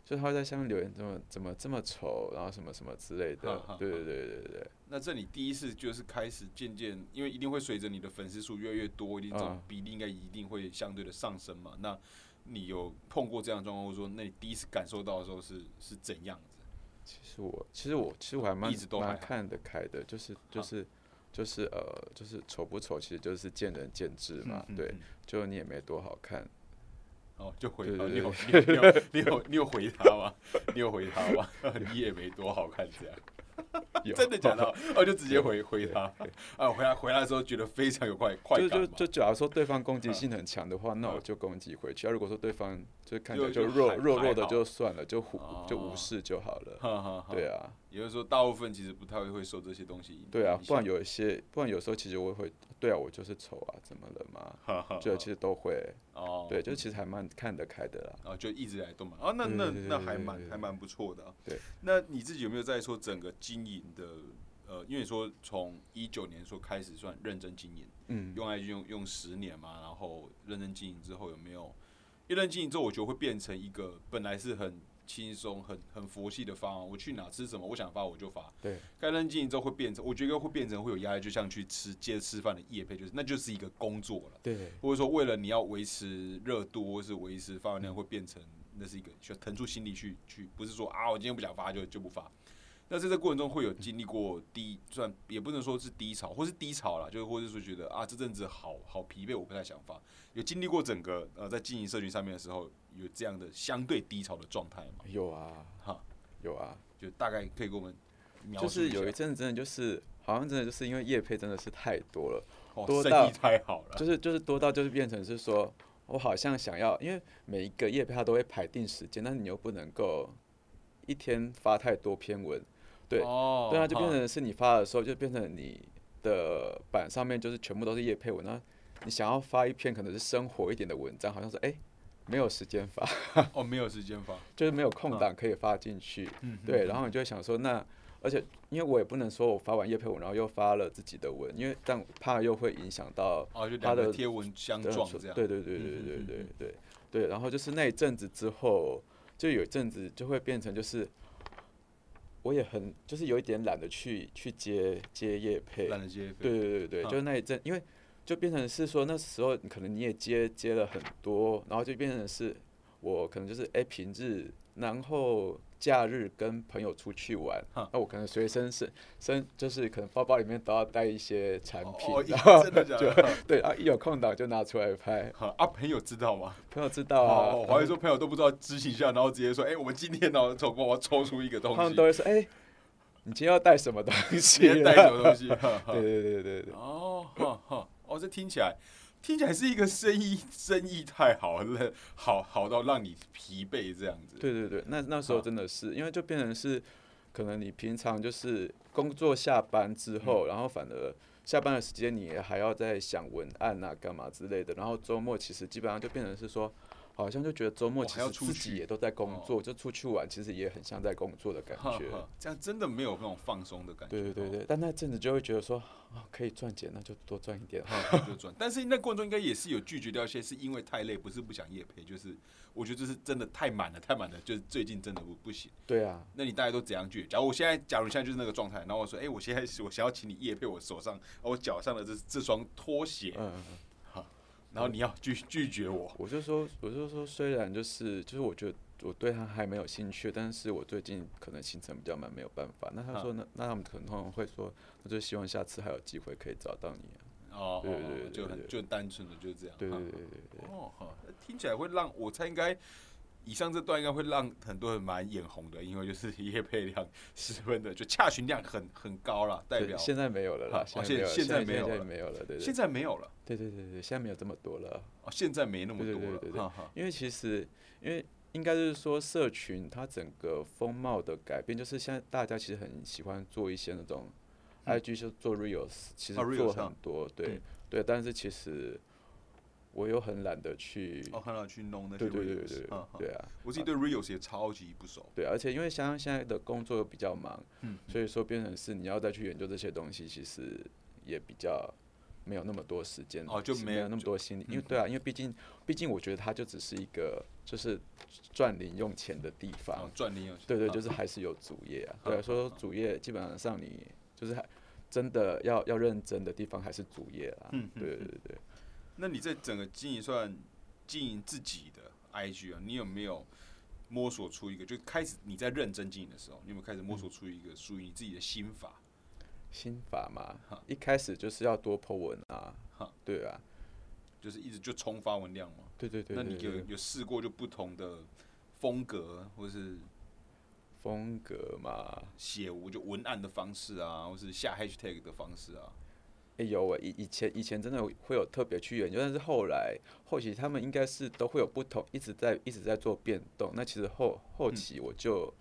B: 就是他会在下面留言怎么怎么这么丑，然后什么什么之类的
A: 哈哈。
B: 对对对对对对，
A: 那这里第一次就是开始渐渐，因为一定会随着你的粉丝数越来越多，一定这种
B: 嗯
A: 比例应该一定会相对的上升嘛。那你有碰过这样的状况，或者说那你第一次感受到的时候是是怎样子？
B: 其实我其实我其实我还蛮
A: 一直都还
B: 蛮
A: 好
B: 看得开的，就是就是。就是呃，就是丑不丑，其实就是见仁见智嘛。
A: 嗯
B: 对
A: 嗯，
B: 就你也没多好看，
A: 哦，就回
B: 对
A: 答
B: 对
A: 你有你有你有你有你有回他吗？你有回他吗？ 你也没多好看这样。
B: 有
A: 真的假的？哦，就直接回回他 啊！回来回来的时候觉得非常有快快感
B: 就就
A: 嘛嗯
B: 就假如说对方攻击性很强的话，那我就攻击回去；啊如果说对方就看起来
A: 就就
B: 就弱
A: 还
B: 弱
A: 还
B: 弱的
A: 好
B: 就算了，就忽
A: 哦
B: 就无视就好了。
A: 哈哈哈。
B: 对啊，
A: 也就是说大部分其实不太会受这些东西影响。
B: 对啊，不然有一些，不然有时候其实我会，对啊，我就是丑啊，怎么了嘛？
A: 哈哈哈
B: 对，其实都会，
A: 哦，
B: 对，就其实还蛮看得开的啦。
A: 啊，就一直以来都蛮啊，那那
B: 对对对
A: 那
B: 对
A: 还
B: 对
A: 蛮
B: 对
A: 还蛮不错的、啊。
B: 对，
A: 那你自己有没有在说整个经营的？呃，因为你说从一九年说开始算认真经营，
B: 嗯，
A: 用 IG 用用十年嘛，然后认真经营之后有没有？一认真经营之后，我觉得会变成一个本来是很轻松、很很佛系的发啊，我去哪吃什么，我想发我就发。
B: 对，
A: 该认真经营之后会变成，我觉得会变成会有压力，就像去吃接吃饭的业配，就是那就是一个工作了。
B: 对，
A: 或者说为了你要维持热度或是维持发放量，会变成那是一个需要腾出心力去去，不是说啊我今天不想发就就不发。那在这过程中会有经历过低，算也不能说是低潮，或是低潮啦，就是或者说觉得啊这阵子好好疲惫，我不太想发。有经历过整个呃在经营社群上面的时候，有这样的相对低潮的状态吗？
B: 有啊
A: 哈，
B: 有啊，
A: 就大概可以给我们描
B: 就
A: 述
B: 是
A: 一下
B: 有一阵子真的就是，好像真的就是因为叶配真的是太多了。
A: 哦
B: 多
A: 生
B: 到
A: 意太好了，
B: 就是就是多到就是变成是说，我好像想要，因为每一个业配它都会排定时间，但是你又不能够一天发太多篇文，对
A: 哦
B: 对啊，就变
A: 哈
B: 成是你发的时候就变成你的版上面就是全部都是业配文，那你想要发一篇可能是生活一点的文章，好像是哎、没有时间发，
A: 哦没有时间发，
B: 就是没有空档可以发进去，
A: 嗯
B: 对，然后你就会想说那。而且，因为我也不能说我发完叶配文，然后又发了自己的文，因为但怕又会影响到
A: 哦就
B: 他
A: 两个
B: 的
A: 贴文相
B: 对啊
A: 撞
B: 说
A: 这样，嗯
B: 对对对对对对对对，然后就是那一阵子之后，就有一阵子就会变成就是，我也很就是有一点懒得去去接接业配，
A: 烂了接
B: 对对对对，
A: 嗯
B: 就是那一阵，因为就变成是说那时候你可能你也接接了很多，然后就变成是我可能就是哎平日，然后假日跟朋友出去玩，
A: 哼
B: 那我可能随身是身就是可能包包里面都要带一些产品，
A: 哦，
B: 然 后
A: 真的假的？
B: 对，啊然后一有空档就拿出来拍，
A: 好啊，朋友知道吗？
B: 朋友知道啊，
A: 哦，我还说朋友都不知道知情一下，然后直接说，哎，我们今天呢，总共我抽出一个东
B: 他们
A: 西
B: 都，会说，哎、你今天要带什么东
A: 今
B: 西？
A: 天带什么东西？哈哈
B: 对 对对对对，
A: 哦，哈哈，哦，这听起来听起来是一个生意生意太好了，好好到让你疲惫这样子。
B: 对对对，那那时候真的是，因为就变成是，可能你平常就是工作下班之后，
A: 嗯
B: 然后反而下班的时间你还要在想文案啊、干嘛之类的，然后周末其实基本上就变成是说。好像就觉得周末
A: 我
B: 其
A: 还要
B: 实
A: 出
B: 自
A: 去
B: 己也都在工
A: 哦
B: 作，就出去玩，其实也很像在工作的感
A: 哈
B: 觉。
A: 哈，这样真的没有那种放松的感觉。
B: 对对对
A: 哦
B: 对，但那阵子就会觉得说，啊，可以赚钱，那就多赚一点。啊
A: 哈就转，但是那过程中应该也是有拒绝掉一些，是因为太累，不是不想夜陪，就是我觉得这是真的太满了，太满了，就是最近真的不不行。
B: 对啊，
A: 那你大概都怎样拒绝？假如我现在，假如现在就是那个状态，然后我说，哎、我现在是我想要请你夜配我手上、我脚上的这这双拖鞋，
B: 嗯嗯嗯。
A: 然后你要拒拒绝我，
B: 我就说，我就说，虽然就是就是，我觉得我对他还没有兴趣，但是我最近可能行程比较满，没有办法。那他说
A: 嗯
B: 那那他们可能通常会说，那就希望下次还有机会可以找到你啊、
A: 哦，
B: 对
A: 哦
B: 对
A: 哦
B: 对
A: 就
B: 对
A: 很
B: 对
A: 就单纯的就这样。
B: 对
A: 哈
B: 对对对对对，
A: 哦，好，听起来会让我猜应该。以上这段应该会让很多人蛮眼红的，因为就是业配量十分的，就洽询量很很高了，代
B: 对
A: 表
B: 现在没有了啦
A: 哦，
B: 没有了
A: 现
B: 现
A: 在现在
B: 在
A: 没有
B: 现
A: 了
B: 在没有了，对对
A: 现在没有了，
B: 对对对对，现在没有这么多了。
A: 哦，现在没那么
B: 对对
A: 多
B: 对
A: 了
B: 对，对
A: 哈哈，
B: 因为其实，因为应该就是说，社群它整个风貌的改变，就是现在大家其实很喜欢做一些那种
A: 嗯
B: ，IG 就做 Reels，其实
A: 啊，Reels
B: 做
A: 啊
B: 很多，对
A: 嗯
B: 对，但是其实我又很懒得去，
A: 哦，看到去弄那些
B: 对对对
A: reels，嗯
B: 对
A: 哈哈
B: 对啊，
A: 我自己对 reels 也超级不熟，
B: 对，而且因为像现在的工作又比较忙，
A: 嗯
B: 所以说变成是你要再去研究这些东西，其实也比较没有那么多时间
A: 哦就
B: 没
A: 没有
B: 有那么多心力，因为
A: 嗯
B: 对啊，因为毕竟毕竟我觉得它就只是一个就是赚零用钱的地
A: 然后
B: 方，
A: 赚零用钱，
B: 对对，
A: 哈
B: 就是还是有主业啊，对
A: 哦好
B: 啊，说主业基本上你就是还真的要要认真的地方还是主业啦，
A: 嗯
B: 对对对对，
A: 那你在整个经营算经营自己的 IG 啊，你有没有摸索出一个？就开始你在认真经营的时候，你有没有开始摸
B: 嗯
A: 索出一个属于你自己的心法？
B: 心法嘛
A: 好，
B: 一开始就是要多 po 文啊
A: 好，
B: 对啊，
A: 就是一直就冲发文量吗？
B: 对对对，
A: 那
B: 对
A: 你
B: 对
A: 有有试过就不同的风格，或是
B: 风格嘛，
A: 写我就文案的方式啊，或是下 hashtag 的方式啊？
B: 哎、有我以以前以前真的会有特别去研究，但是后来后期他们应该是都会有不同，一直在一直在做变动。那其实后
A: 嗯
B: 后期我就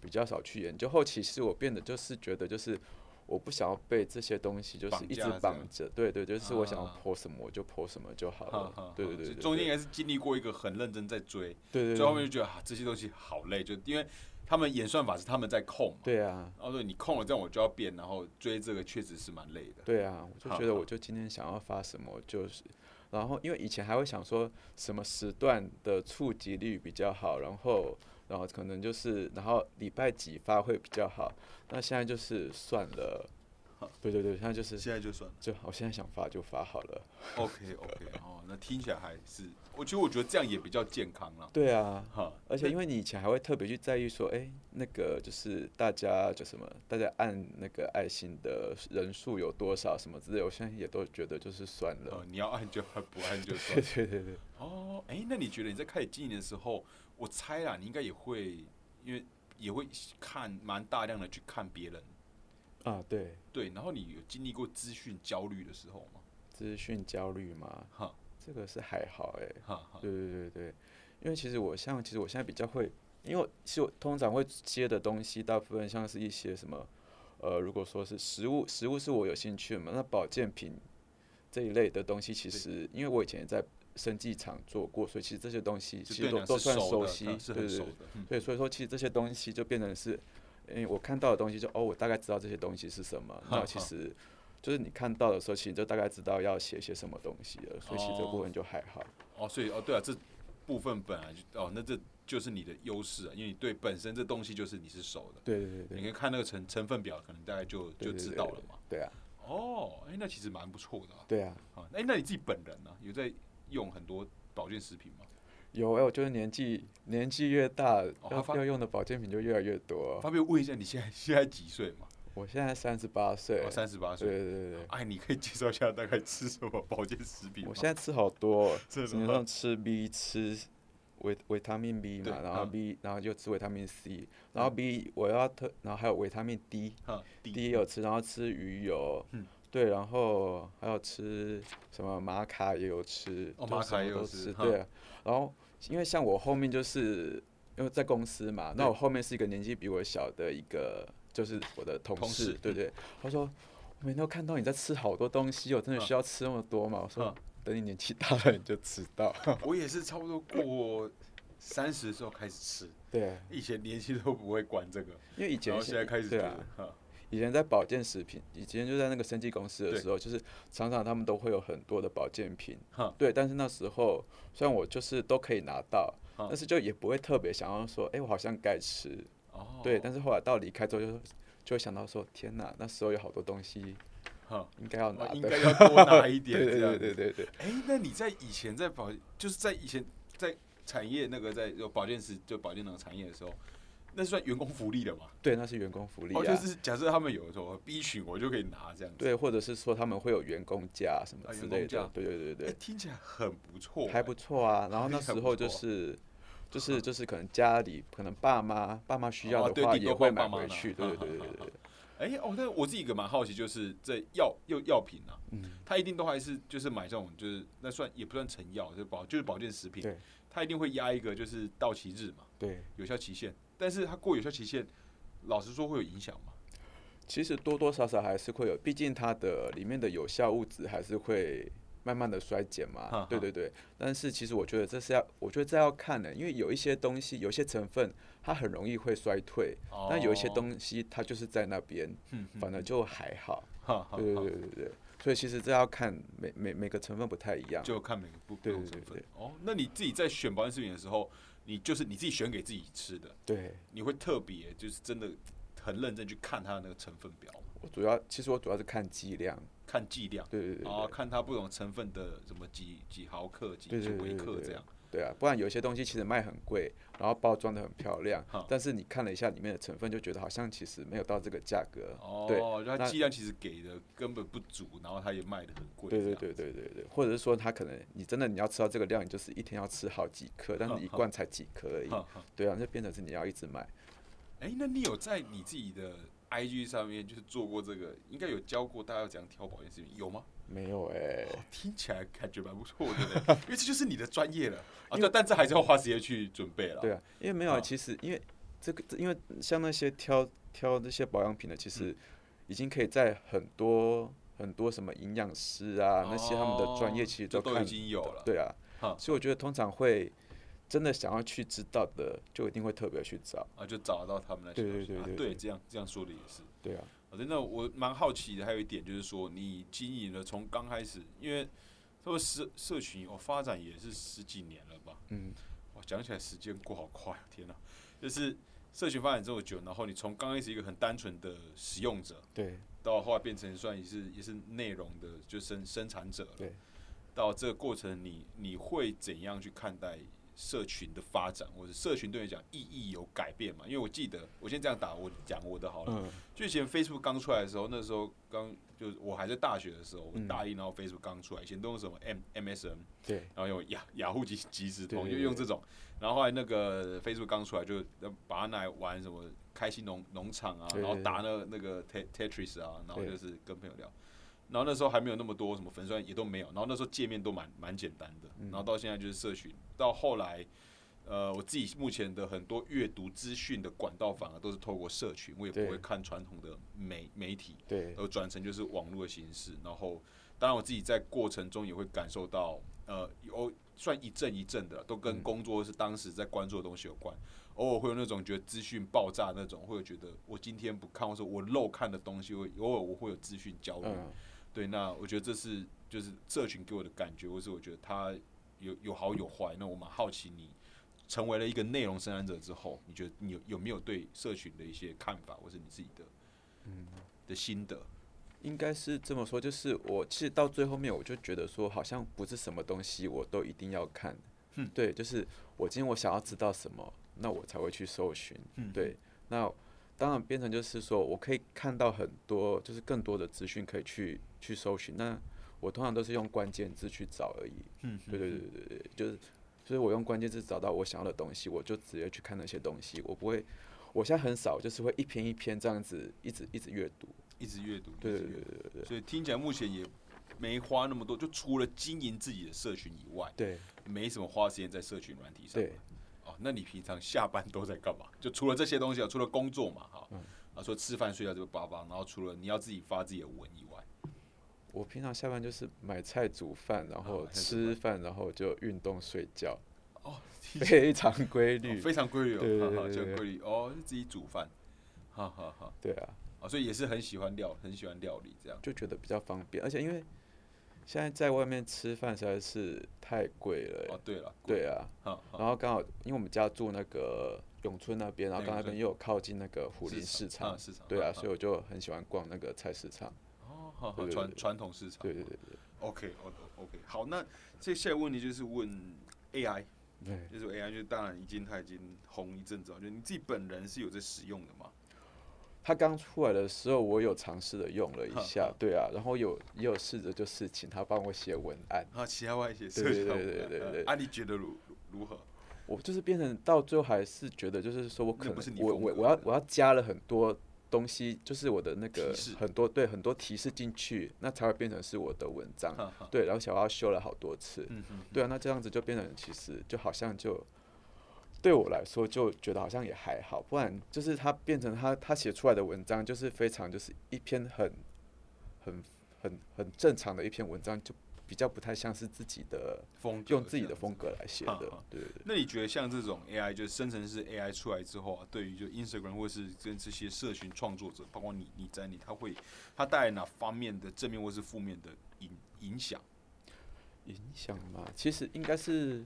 B: 比较少去研究，后期是我变得就是觉得就是我不想要被这些东西就是
A: 绑
B: 一直
A: 架这
B: 绑
A: 样
B: 着，对对，就是我想要
A: 啊
B: po 什么我就 po 什么就好
A: 哈
B: 了
A: 哈，
B: 哦对
A: 哈
B: 对对
A: 所以
B: 对，
A: 中间
B: 对
A: 也是经历过一个很认真在追，
B: 对对
A: 最后
B: 对
A: 面就觉得啊这些东西好累，就因为他们演算法是他们在控嘛。
B: 对啊。
A: 哦，对你空了，这样我就要变，然后追这个确实是蛮累的。
B: 对啊，我就
A: 好
B: 觉得
A: 好
B: 我就今天想要发什么，就是，然后因为以前还会想说什么时段的触及率比较好，然后然后可能就是然后礼拜几发会比较好，那现在就是算了，对对对，现在就是
A: 现在就 算了
B: 就我现在想发就发好了，
A: ，OK OK，哦，那听起来还是，我其实我觉得这样也比较健康啦。
B: 对啊。
A: 哈，
B: 而且因为你以前还会特别去在意说，哎、那个就是大家就什么，大家按那个爱心的人数有多少什么之类的，我现在也都觉得就是算
A: 那
B: 了
A: 呃，。你要按就按，不按就算
B: 对。对对对。
A: 哦，哎、那你觉得你在开始经营的时候，我猜啦，你应该也会，因为也会看蛮大量的去看别人，
B: 啊，对，
A: 对，然后你有经历过资讯焦虑的时候吗？
B: 资讯焦虑嘛，
A: 哈
B: 这个是还好哎、
A: 哈哈，
B: 对对对对，因为其实我像，其实我现在比较会，因为我其实我通常会接的东西，大部分像是一些什么，呃，如果说是食物，食物是我有兴趣的嘛，那保健品这一类的东西，其
A: 对
B: 实因为我以前也在生技厂做过，所以其实这些东西
A: 就
B: 其
A: 对
B: 实
A: 你
B: 都
A: 来说
B: 都算
A: 是熟
B: 熟
A: 的，
B: 悉，
A: 它是
B: 对对
A: 很
B: 对
A: 熟。的。嗯
B: 对，所以说其实这些东西就变成是，诶、我看到的东西就哦，我大概知道这些东西是什么。
A: 好
B: 那其
A: 好
B: 实就是你看到的时候，其实你就大概知道要写些什么东西了。所以其实这
A: 哦
B: 部分就还好。
A: 哦，所以哦，对啊，这部分本来就哦，那这就是你的优势啊，因为你对本身这东西就是你是熟的，
B: 对对对
A: 你可
B: 对
A: 以看那个成成分表，可能大概就
B: 对
A: 就
B: 对
A: 知
B: 对
A: 道了嘛。
B: 对啊，
A: 哦，哎、那其实蛮不错的啊。
B: 对啊，
A: 啊哎、那你自己本人呢、有在用很多保健食品吗？
B: 有哎，我觉得年纪年纪越大，
A: 哦他
B: 要
A: 发
B: 要用的保健品就越来越多。
A: 方便问一下你现在现在几岁嘛？
B: 我现在三十八岁
A: 哦我，三十八岁。
B: 对对对对，
A: 哎，你可以介绍一下大概吃什么保健食品吗
B: 我？现在吃好 多哦，
A: 真的
B: 基本
A: 吗
B: 上吃 B 吃维维他命 B
A: 对
B: 嘛，然后
A: 嗯
B: B 然后就吃维他命 C，然后 B 我要特，然后还有维他命 D。
A: 哈，第
B: 第一有吃，然后吃鱼油，
A: 嗯
B: 对，然后还有吃什么玛卡也有吃，
A: 哦
B: 就
A: 玛
B: 什
A: 卡
B: 么
A: 也有
B: 都
A: 吃
B: 吃，
A: 哈
B: 对啊。然后因为像我后面就是因为在公司嘛，那
A: 对
B: 我后面是一个年纪比我小的一个，就是我的同
A: 同事嗯
B: 对对，他说我每天都看到你在吃好多东西哦，我真的
A: 嗯
B: 需要吃那么多嘛？我说
A: 嗯
B: 等你年纪大了你就知 道，
A: 我也是差不多过三十的时候开始吃，
B: 对，
A: 以前年轻都不会管这个，
B: 因为以前
A: 啊然后
B: 是
A: 现在开始觉
B: 对啊
A: 得，哈
B: 以前在保健食品，以前就在那个生技公司的
A: 对
B: 时候，就是常常他们都会有很多的保健品
A: 哈，
B: 对。但是那时候虽然我就是都可以拿到，
A: 哈
B: 但是就也不会特别想要说，哎、我好像该吃，
A: 哦，
B: 对。但是后来到离开之后就，就会想到说，天哪，那时候有好多东西
A: 哈，
B: 应该要
A: 我
B: 拿
A: 哦应
B: 的，
A: 该 要多拿一点
B: 啊对对
A: 这样
B: 对
A: 子。
B: 对对对。
A: 哎、那你在以前在保，就是在以前在产业那个在有保健师就保健那个产业的时候，那算员工福利了嘛？
B: 对，那是员工福利啊。
A: 哦，就是假设他们有什么 B 群，我就可以拿这样子。
B: 对，或者是说他们会有员工价什么
A: 啊
B: 之
A: 员
B: 类
A: 工价
B: 的，对对对对
A: 哎，听起来很不错欸，
B: 还不错啊。然后
A: 还
B: 那
A: 很
B: 时
A: 不
B: 候就
A: 错
B: 是， 就是就是可能家里可能爸妈爸妈需
A: 哦
B: 要
A: 对
B: 的话
A: 顶
B: 也
A: 多
B: 会
A: 帮
B: 买
A: 爸妈
B: 回
A: 拿
B: 去，对对对对对 对。
A: 哎、哦，但我自己一个蛮好奇，就是这药又药品啊，
B: 嗯
A: 他一定都还是就是买这种就是那算也不算成药，就是保就是保健食品
B: 对，
A: 他一定会压一个就是到期日嘛，
B: 对，
A: 有效期限。但是他过有效期限，老实说会有影响嘛？
B: 其实多多少少还是会有，毕竟它的里面的有效物质还是会慢慢的衰减
A: 哈
B: 嘛。对对对，但是其实我觉得这是要，我觉得这要看的、因为有一些东西，有些成分它很容易会衰退，那有一些
A: 哦，嗯
B: 东西它就是在那边，反正就还好。
A: 哈哈
B: 对对对对对，所以其实这要看每每每个成分不太一样。
A: 就看每个不不
B: 对
A: 同
B: 对
A: 成
B: 对
A: 分。哦，那你自己在选保健食品的时候，你就是你自己选给自己吃的，
B: 对
A: 你会特别就是真的很认真去看它的那个成分表吗，
B: 我主要其实我主要是看剂量，
A: 看剂量。
B: 对对对
A: 啊，看它不同成分的什么几几毫克、几
B: 对
A: 几
B: 对
A: 微
B: 对
A: 克
B: 对
A: 这样。
B: 对啊，不然有些东西其实卖很贵，然后包装的很漂亮
A: 好，
B: 但是你看了一下里面的成分，就觉得好像其实没有到这个价格。对
A: 哦，就它
B: 那
A: 剂量其实给的根本不足，然后它也卖的很贵。
B: 对对，对对对对，或者是说它可能你真的你要吃到这个量，你就是一天要吃好几颗，但是
A: 好
B: 一
A: 好
B: 罐才几颗而已
A: 哈。哈。
B: 对啊，那变成是你要一直买。
A: 哎，那你有在你自己的 IG 上面就是做过这个，应该有教过大家要怎样挑保健食品，有吗？
B: 没有哎、
A: 哦听起来感觉蛮不错的嘞，因为这就是你的专业了啊。对，但这还是要花时间去准备了。
B: 对啊，因为没有
A: 好
B: 啊，其实因为这个，因为像那些挑挑这些保养品的，其
A: 嗯
B: 实已经可以在很多很多什么营养师啊，
A: 哦，
B: 那些他们的专业其实
A: 就哦都
B: 看
A: 已经有了。
B: 对啊
A: 哈，
B: 所以我觉得通常会真的想要去知道的，就一定会特别去找。
A: 啊，就找到他们那些
B: 对
A: 东
B: 对
A: 西
B: 对
A: 啊
B: 对
A: 对，
B: 对
A: 这样这样说的也是。
B: 对啊，
A: 好哦的，那我蛮好奇的，还有一点就是说，你经营了从刚开始，因为这个社社群我、哦、发展也是十几年了吧？
B: 嗯，
A: 哇，讲起来时间过好快，啊天哪！就是社群发展这么久，然后你从刚开始一个很单纯的使用者，
B: 对
A: 到后来变成算也是也是内容的就生生产者了
B: 对，
A: 到这个过程你你会怎样去看待？社群的发展，或者社群对你讲意义有改变嘛？因为我记得，我先这样打，我讲我的好了。
B: 嗯，
A: 就以前 Facebook 刚出来的时候，那时候刚就是我还在大学的时候，我
B: 嗯
A: 大一，然后 Facebook 刚出来，以前都用什么 M，M M MSN，
B: 对
A: 然后用雅雅虎即即时通，
B: 对
A: 就
B: 对
A: 用这
B: 对
A: 种。然后后来那个 Facebook 刚出来，就呃把它拿来玩什么开心农农场啊，
B: 对
A: 然后
B: 对
A: 打那那个 Te- Tetris 啊，然后
B: 对
A: 就是跟朋友聊。然后那时候还没有那么多什么粉钻也都没有，然后那时候界面都蛮蛮简单的，
B: 嗯
A: 然后到现在就是社群，到后来，呃，我自己目前的很多阅读资讯的管道反而都是透过社群，我也不
B: 对
A: 会看传统的媒媒体，
B: 对
A: 而转成就是网络的形式。然后，当然我自己在过程中也会感受到，呃，有算一阵一阵的啦，都跟工作是当时在关注的东西有关。偶尔会有那种觉得资讯爆炸那种，会有觉得我今天不看，或者我漏看的东西，会偶尔我会有资讯焦虑。
B: 嗯，
A: 对，那我觉得这是就是社群给我的感觉，或是我觉得它有有好有坏。那我蛮好奇你。成为了一个内容生产者之后，你觉得你有有没有对社群的一些看法，或是你自己的嗯的心得？
B: 应该是这么说，就是我其实到最后面，我就觉得说，好像不是什么东西我都一定要看。嗯，对，就是我今天我想要知道什么，那我才会去搜寻。
A: 嗯
B: 对，那当然变成就是说我可以看到很多，就是更多的资讯可以去去搜寻。那我通常都是用关键字去找而已。
A: 嗯
B: 对对对对对，就是所以我用关键字找到我想要的东西，我就直接去看那些东西，我不会。我现在很少，就是会一篇一篇这样子，一直一直阅读。
A: 一直阅读，
B: 对
A: 一
B: 对
A: 直
B: 对
A: 阅
B: 对对
A: 读所以听起来目前也没花那么多，就除了经营自己的社群以外，
B: 对。
A: 没什么花时间在社群软体上。
B: 对，
A: 哦，那你平常下班都在干嘛？就除了这些东西啊，除了工作嘛，哈，
B: 嗯
A: 啊，说吃饭睡觉这个八八，然后除了你要自己发自己的文以外，
B: 我平常下班就是买菜煮饭，然后
A: 买菜煮
B: 吃饭，然后就运动睡觉，
A: 啊 哦，听起
B: 非常
A: 来
B: 规律
A: 哦。非常规律
B: 嗯对对
A: 哦，
B: 对
A: 哈哈，
B: 对
A: 就
B: 对
A: 规律哦，自己煮饭，哈哈哈，
B: 对啊，
A: 啊，所以也是很喜欢料，很喜欢料理这样。
B: 就觉得比较方便，而且因为现在在外面吃饭实在是太贵了欸。
A: 哦，对了，
B: 对啊，
A: 哈，
B: 然后刚好因为我们家住那个永春那边，然后
A: 对
B: 刚好
A: 永
B: 那边又有靠近那个虎林市
A: 啊
B: 场，
A: 市场，
B: 对啊，
A: 哈
B: 所以我就很喜欢逛那个菜市场。
A: 哦，哈哈
B: 对对对
A: 传
B: 对
A: 传统市场，
B: 对对对对，
A: 哦 OK，OK，OK，、好，那这下一个问题就是问 AI，
B: 对，
A: 就是 AI 就当然已经它已经红一阵子了，就你自己本人是有在使用的嘛？
B: 它刚出来的时候，我有尝试的用了一下，对啊，然后有也有试着就是请他帮我写文案，
A: 啊，其他外界
B: 对
A: 社
B: 对
A: 交
B: 对
A: 网
B: 对对
A: 站
B: 对
A: 啊，你觉得如如如何？
B: 我就是变成到最后还是觉得就是说我可
A: 那不
B: 能
A: 是你
B: 我
A: 风
B: 我
A: 格
B: 我要
A: 的
B: 我要加了很多东西，就是我的那
A: 提
B: 个
A: 示
B: 很多对很多提示进去，那才会变成是我的文章，
A: 哈哈
B: 对，然后小花修了好多次，
A: 嗯嗯，
B: 对啊，那这样子就变成其实就好像就对我来说就觉得好像也还好，不然就是他变成他他写出来的文章就是非常就是一篇很很很很正常的一篇文章，就比较不太像是自己的
A: 风格
B: 用自己
A: 这
B: 的
A: 样
B: 风格来写
A: 啊
B: 的
A: 啊，
B: 对对对。
A: 那你觉得像这种 AI 就是生成式 AI 出来之后啊，对于就 Instagram 或是跟这些社群创作者，包括你你在你，它会它带来哪方面的正面或是负面的影影响？
B: 影响嘛，其实应该是，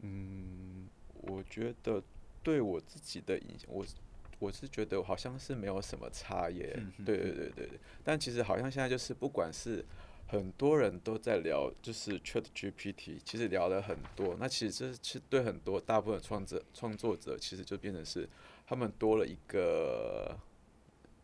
B: 嗯，我觉得对我自己的影响，我是我是觉得好像是没有什么差耶
A: 嗯。嗯
B: 对对对对对，但其实好像现在就是不管是很多人都在聊，就是 Chat GPT，其实聊了很多。那其实这是对很多大部分创作创作者，其实就变成是他们多了一个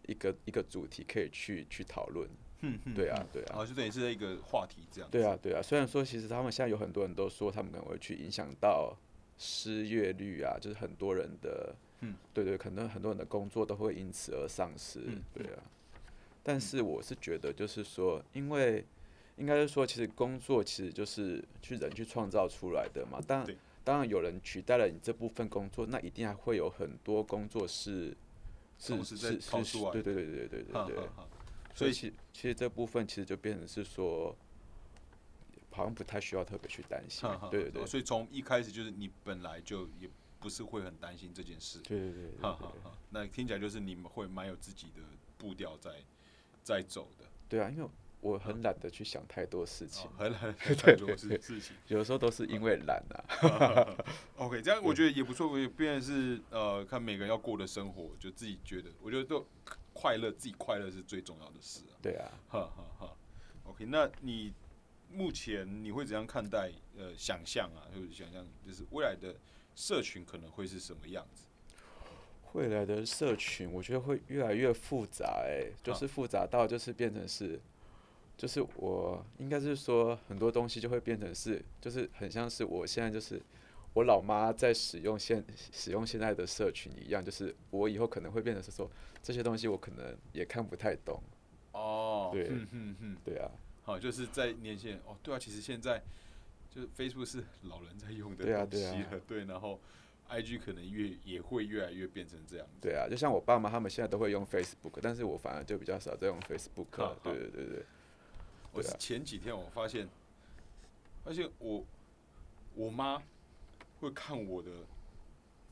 B: 一个一个主题可以去去讨论。
A: 哼哼
B: 对啊
A: 嗯哼，
B: 对啊
A: 然。后就等于是一个话题这样。
B: 对啊，对啊。虽然说，其实他们现在有很多人都说，他们可能会去影响到失业率啊，就是很多人的，
A: 嗯，
B: 对对，可能很多人的工作都会因此而丧失，
A: 嗯
B: 对啊。但是我是觉得，就是说，因为应该是说，其实工作其实就是去人去创造出来的嘛。当
A: 对
B: 当然有人取代了你这部分工作，那一定还会有很多工作是是
A: 同时在
B: 是
A: 跳
B: 是
A: 出
B: 是
A: 来
B: 对对对对对
A: 哈
B: 对
A: 哈
B: 对。
A: 哈
B: 所
A: 所
B: 以
A: 以
B: 其其实这部分其实就变成是说，好像不太需要特别去担心
A: 哈哈。
B: 对对对，
A: 所以从一开始就是你本来就也不是会很担心这件事。
B: 对对对对
A: 哈
B: 对
A: 哈哈，那听起来就是你们会蛮有自己的步调在在走的，
B: 对啊，因为我很懒得去想太多事情
A: 哦，很很 很多事事情。
B: 有的时候都是因为懒啊。
A: OK，这样我觉得也不错，也变成是呃，看每个人要过的生活，就自己觉得，我觉得都快乐，自己快乐是最重要的事啊。
B: 对啊，
A: 哈哈哈。OK，那你目前你会怎样看待呃想象啊，就是想象就是未来的社群可能会是什么样子？
B: 未来的社群我觉得会越来越复杂、欸，就
A: 啊
B: 是复杂到就是变成是。就是我应该是说很多东西就会变成是，就是很像是我现在就是我老妈在使用现使用现在的社群一样，就是我以后可能会变成是说这些东西我可能也看不太懂，
A: 哦
B: 对
A: 嗯嗯嗯，
B: 对啊，
A: 好，就是在年轻人哦，对啊，其实现在就是 Facebook 是老人在用的
B: 对啊
A: 东西
B: 对
A: 了，
B: 啊
A: 对然后 IG 可能越也会越来越变成这样子。
B: 对啊，就像我爸妈他们现在都会用 Facebook，但是我反而就比较少在用 Facebook，
A: 好
B: 了对对对对，
A: 我
B: 对
A: 是
B: 啊
A: 前几天我发现，发现我我妈会看我的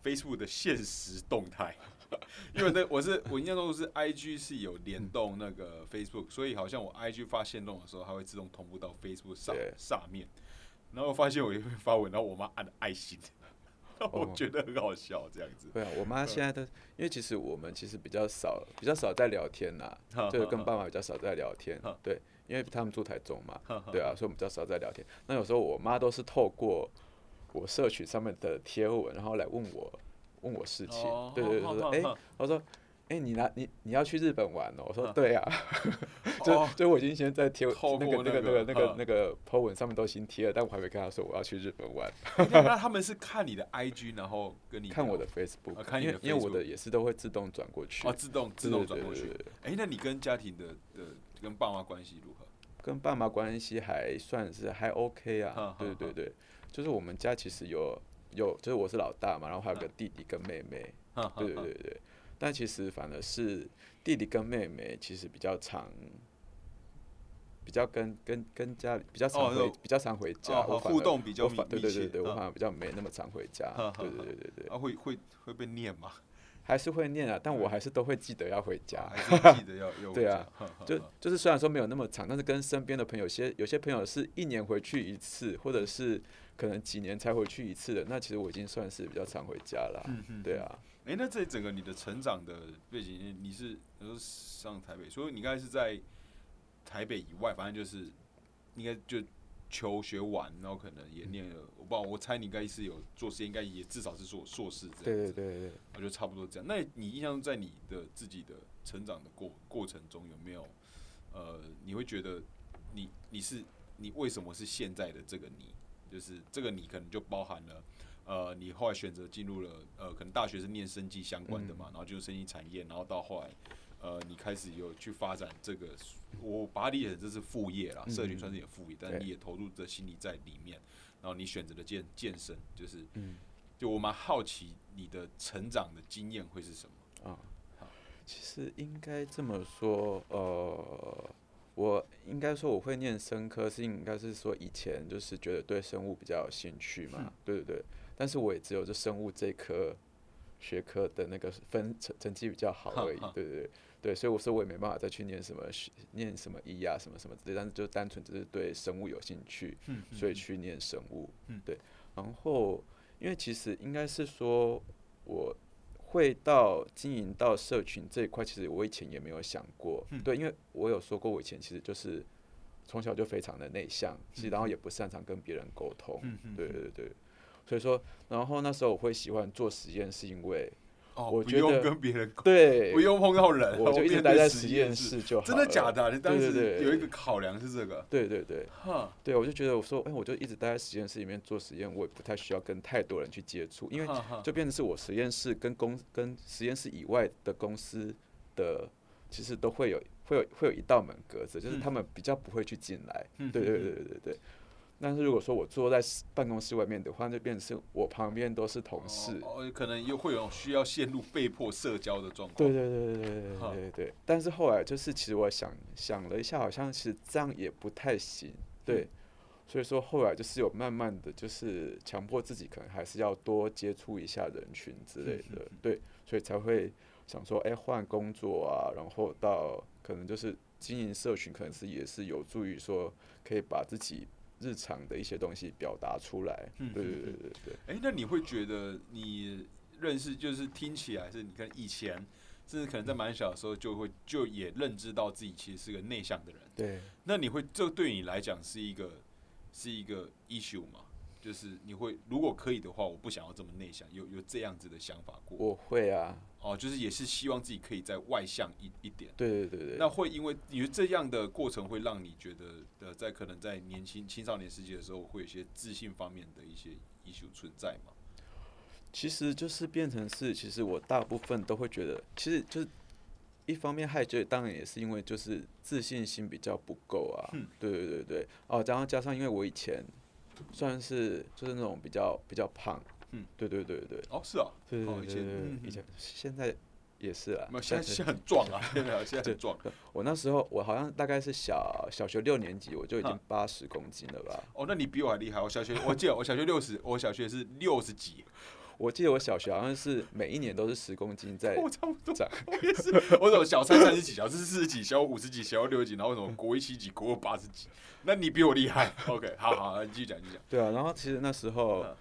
A: Facebook 的现实动态， 因为那我是我印象中是 IG 是有联动那个 Facebook，所以好像我 IG 发现动的时候，它会自动同步到 Facebook 上
B: 对
A: 上面。然后我发现我一篇发文，然后我妈按爱心， 然后
B: 哦
A: 我觉得很好笑这样子。
B: 对啊，我妈现在都，因为其实我们其实比较少，比较少在聊天啊呐、 就是跟爸妈比较少在聊 天，对，因为他们住台中嘛，对啊，所以我们比较少在聊天。那有时候我妈都是透过我社群上面的贴文，然后来问我问我事情，
A: 哦
B: 对对 对，说哎、我说。哎、你拿你你要去日本玩哦？我说对啊，就
A: 哦
B: 就我已经先在贴
A: 透
B: 那个
A: 过
B: 那
A: 那
B: 个
A: 个
B: 那个那个
A: 嗯
B: 那个 po 文上面都已经贴了，但我还没跟她说我要去日本玩。
A: 那那他们是看你的 IG，然后跟你
B: 看
A: 聊
B: 我的 Facebook，、
A: 啊看你
B: 因
A: 的
B: 为因为我
A: Facebook
B: 的也是都会自动转过去，
A: 哦，自动自
B: 对
A: 动
B: 对
A: 转
B: 对
A: 过
B: 对
A: 去
B: 对对。
A: 哎、那你跟家庭的的跟爸妈关系如何？
B: 跟爸妈关系还算是还 OK 啊
A: 哈哈。
B: 对对对，就是我们家其实有有，就是我是老大嘛，然后还有
A: 嗯
B: 个弟弟跟妹妹。
A: 哈哈
B: 对对
A: 哈
B: 对对，但其实反而是弟弟跟妹妹其实比较常。比较跟跟跟家里比较常
A: 哦
B: 回、
A: 那
B: 比较常回家，
A: 哦
B: 我
A: 好
B: 反
A: 互
B: 而
A: 动比较
B: 我
A: 密
B: 反对
A: 密
B: 对对
A: 切嗯
B: 对，我
A: 哈
B: 反而比较没那么常回家
A: 哈哈，
B: 对
A: 哈
B: 对对对对，
A: 啊，会会会被念吗？
B: 还是会念啊，但
A: 嗯
B: 我还是都会记得要回家。
A: 还是记得要要
B: 对啊
A: 回家，哈
B: 就
A: 哈哈
B: 就是虽然说没有那么长，但是跟身边的朋友，有些有些朋友是一年回去一次，或者是可能几年才回去一次的，那其实我已经算是比较常回家了。
A: 嗯嗯
B: 对啊，
A: 哎、那这整个你的成长的背景，你是你说上台北，所以你应该是在台北以外，反正就是应该就求学完，然后可能也念了，我不知道，我猜你应该是有做事，应该也至少是硕硕士这
C: 对
A: 样
C: 对
A: 子，
C: 对对。
A: 我觉得差不多这样。那你印象中在你的自己的成长的过过程中，有没有呃，你会觉得你你是你为什么是现在的这个你？就是这个你可能就包含了。呃，你后来选择进入了呃，可能大学是念生技相关的嘛，然后就是生技产业，然后到后来呃，你开始有去发展这个，我把它理解成这是副业啦，社群算是你的副业，但是
B: 对
A: 你也投入的心力在里面，然后你选择了健健身，就是，
C: 嗯
A: 就我蛮好奇你的成长的经验会是什么？
B: 其实应该这么说，呃，我应该说我会念生科，是应该是说以前就是觉得对生物比较有兴趣嘛，对对对。但是我也只有这生物这科学科的那个分成成绩比较好而已，对对对对，所以我说我也没办法再去念什么学念什么医啊什么什么之类，但是就单纯只是对生物有兴趣，
A: 嗯
B: 所以去念生物，对。然后因为其实应该是说我会到经营到社群这一块，其实我以前也没有想过。
A: 嗯
B: 对，因为我有说过，我以前其实就是从小就非常的内向，
A: 嗯
B: 其实然后也不擅长跟别人沟通。对对对，所以说，然后那时候我会喜欢做实验，是因为
A: 哦，
B: 我
A: 不
B: 觉
A: 用
B: 得
A: 跟别人，
B: 对，
A: 不用碰到人，
B: 我就一直
A: 面
B: 待
A: 对
B: 在
A: 实
B: 实验，室就好。
A: 真的假？的啊、你当
B: 对对
A: 时
B: 对
A: 有一个考量是这个，
B: 对对对
A: 哈，
B: 对，我就觉得我说，哎，我就一直待在实验室里面做实验，我也不太需要跟太多人去接触，因为
A: 哈哈
B: 就变成是我实验室跟公跟实验室以外的公司的，其实都会有会有会有一道门隔着，就是他们比较不会去进来。对对对对对对。但是如果说我坐在室办公室外面的话，就变成是我旁边都是同事。
A: 哦，哦可能又会有需要陷入被迫社交的状况，
B: 对对对对对对
A: 好
B: 对对对。但是后来就是，其实我想想了一下，好像其实这样也不太行。对，所以说后来就是有慢慢的就是强迫自己，可能还是要多接触一下人群之类的。对，所以才会想说，哎，换工作啊，然后到可能就是经营社群，可能是也是有助于说可以把自己。日常的一些东西表达出来，
A: 嗯
B: 对对对对对，
A: 哎、那你会觉得你认识就是听起来是你看以前，甚至可能在蛮小的时候就会就也认知到自己其实是个内向的人。
B: 对，
A: 那你会这对你来讲是一个是一个 issue 吗？就是你会如果可以的话，我不想要这么内向，有有这样子的想法过
B: 我会啊，
A: 哦，就是也是希望自己可以再外向一一点。
B: 对对对对，
A: 那会因为你觉得这样的过程会让你觉得呃，在可能在年轻青少年时期的时候，会有一些自信方面的一些 issue 存在吗？
B: 其实就是变成是，其实我大部分都会觉得，其实就是一方面害羞，当然也是因为就是自信心比较不够啊。
A: 嗯
B: 对对对对，哦，然后加上因为我以前算是就是那种比较比较胖，
A: 嗯，
B: 对对对对
A: 哦，是啊，
B: 对
A: 哦
B: 对
A: 以
B: 对
A: 前
B: 对
A: 嗯，
B: 以前现在也是啊
A: 没有，，现在
B: 但是
A: 现在很壮啊， 现在现在很壮。
B: 我那时候我好像大概是小小学六年级我就已经
A: 哈
B: 八十公斤了吧，
A: 哦，那你比我还厉害。我小学，我记得我小学六十，我小学是六十几，
B: 我记得我小学好像是每一年都是十公斤在
A: 我差不多
B: 长。
A: 我也是，哎 我怎么小三三十几，小四四十几，小五五十几，小六十几，然后什么国一七几，国二八十几，那你比我厉害。OK，好好，好你继续讲，继续讲。
B: 对啊，然后其实那时候
A: 嗯，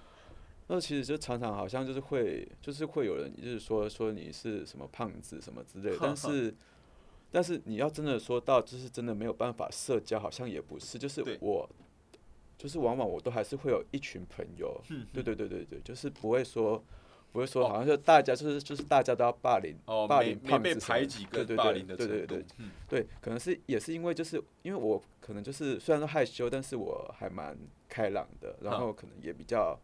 B: 那其实就常常好像就是会，就是会有人就是说说你是什么胖子什么之 类的，但是但是你要真的说到就是真的没有办法社交，好像也不是，就是
A: 对
B: 我。就是往往我都还是会有一群朋友，
A: 嗯
B: 对对对对对，就是不会说，不会说好像就大家就是就是大家都要霸凌，
A: 哦，
B: 霸
A: 没
B: 凌
A: 没
B: 胖子
A: 被
B: 什么
A: 排
B: 的
A: 挤
B: 对
A: 跟
B: 对
A: 霸
B: 对
A: 凌的
B: 对
A: 程
B: 对
A: 度
B: 对，对，可能是也是因为就是因为我可能就是虽然说害羞，但是我还蛮开朗的，然
A: 哈
B: 后可能也比较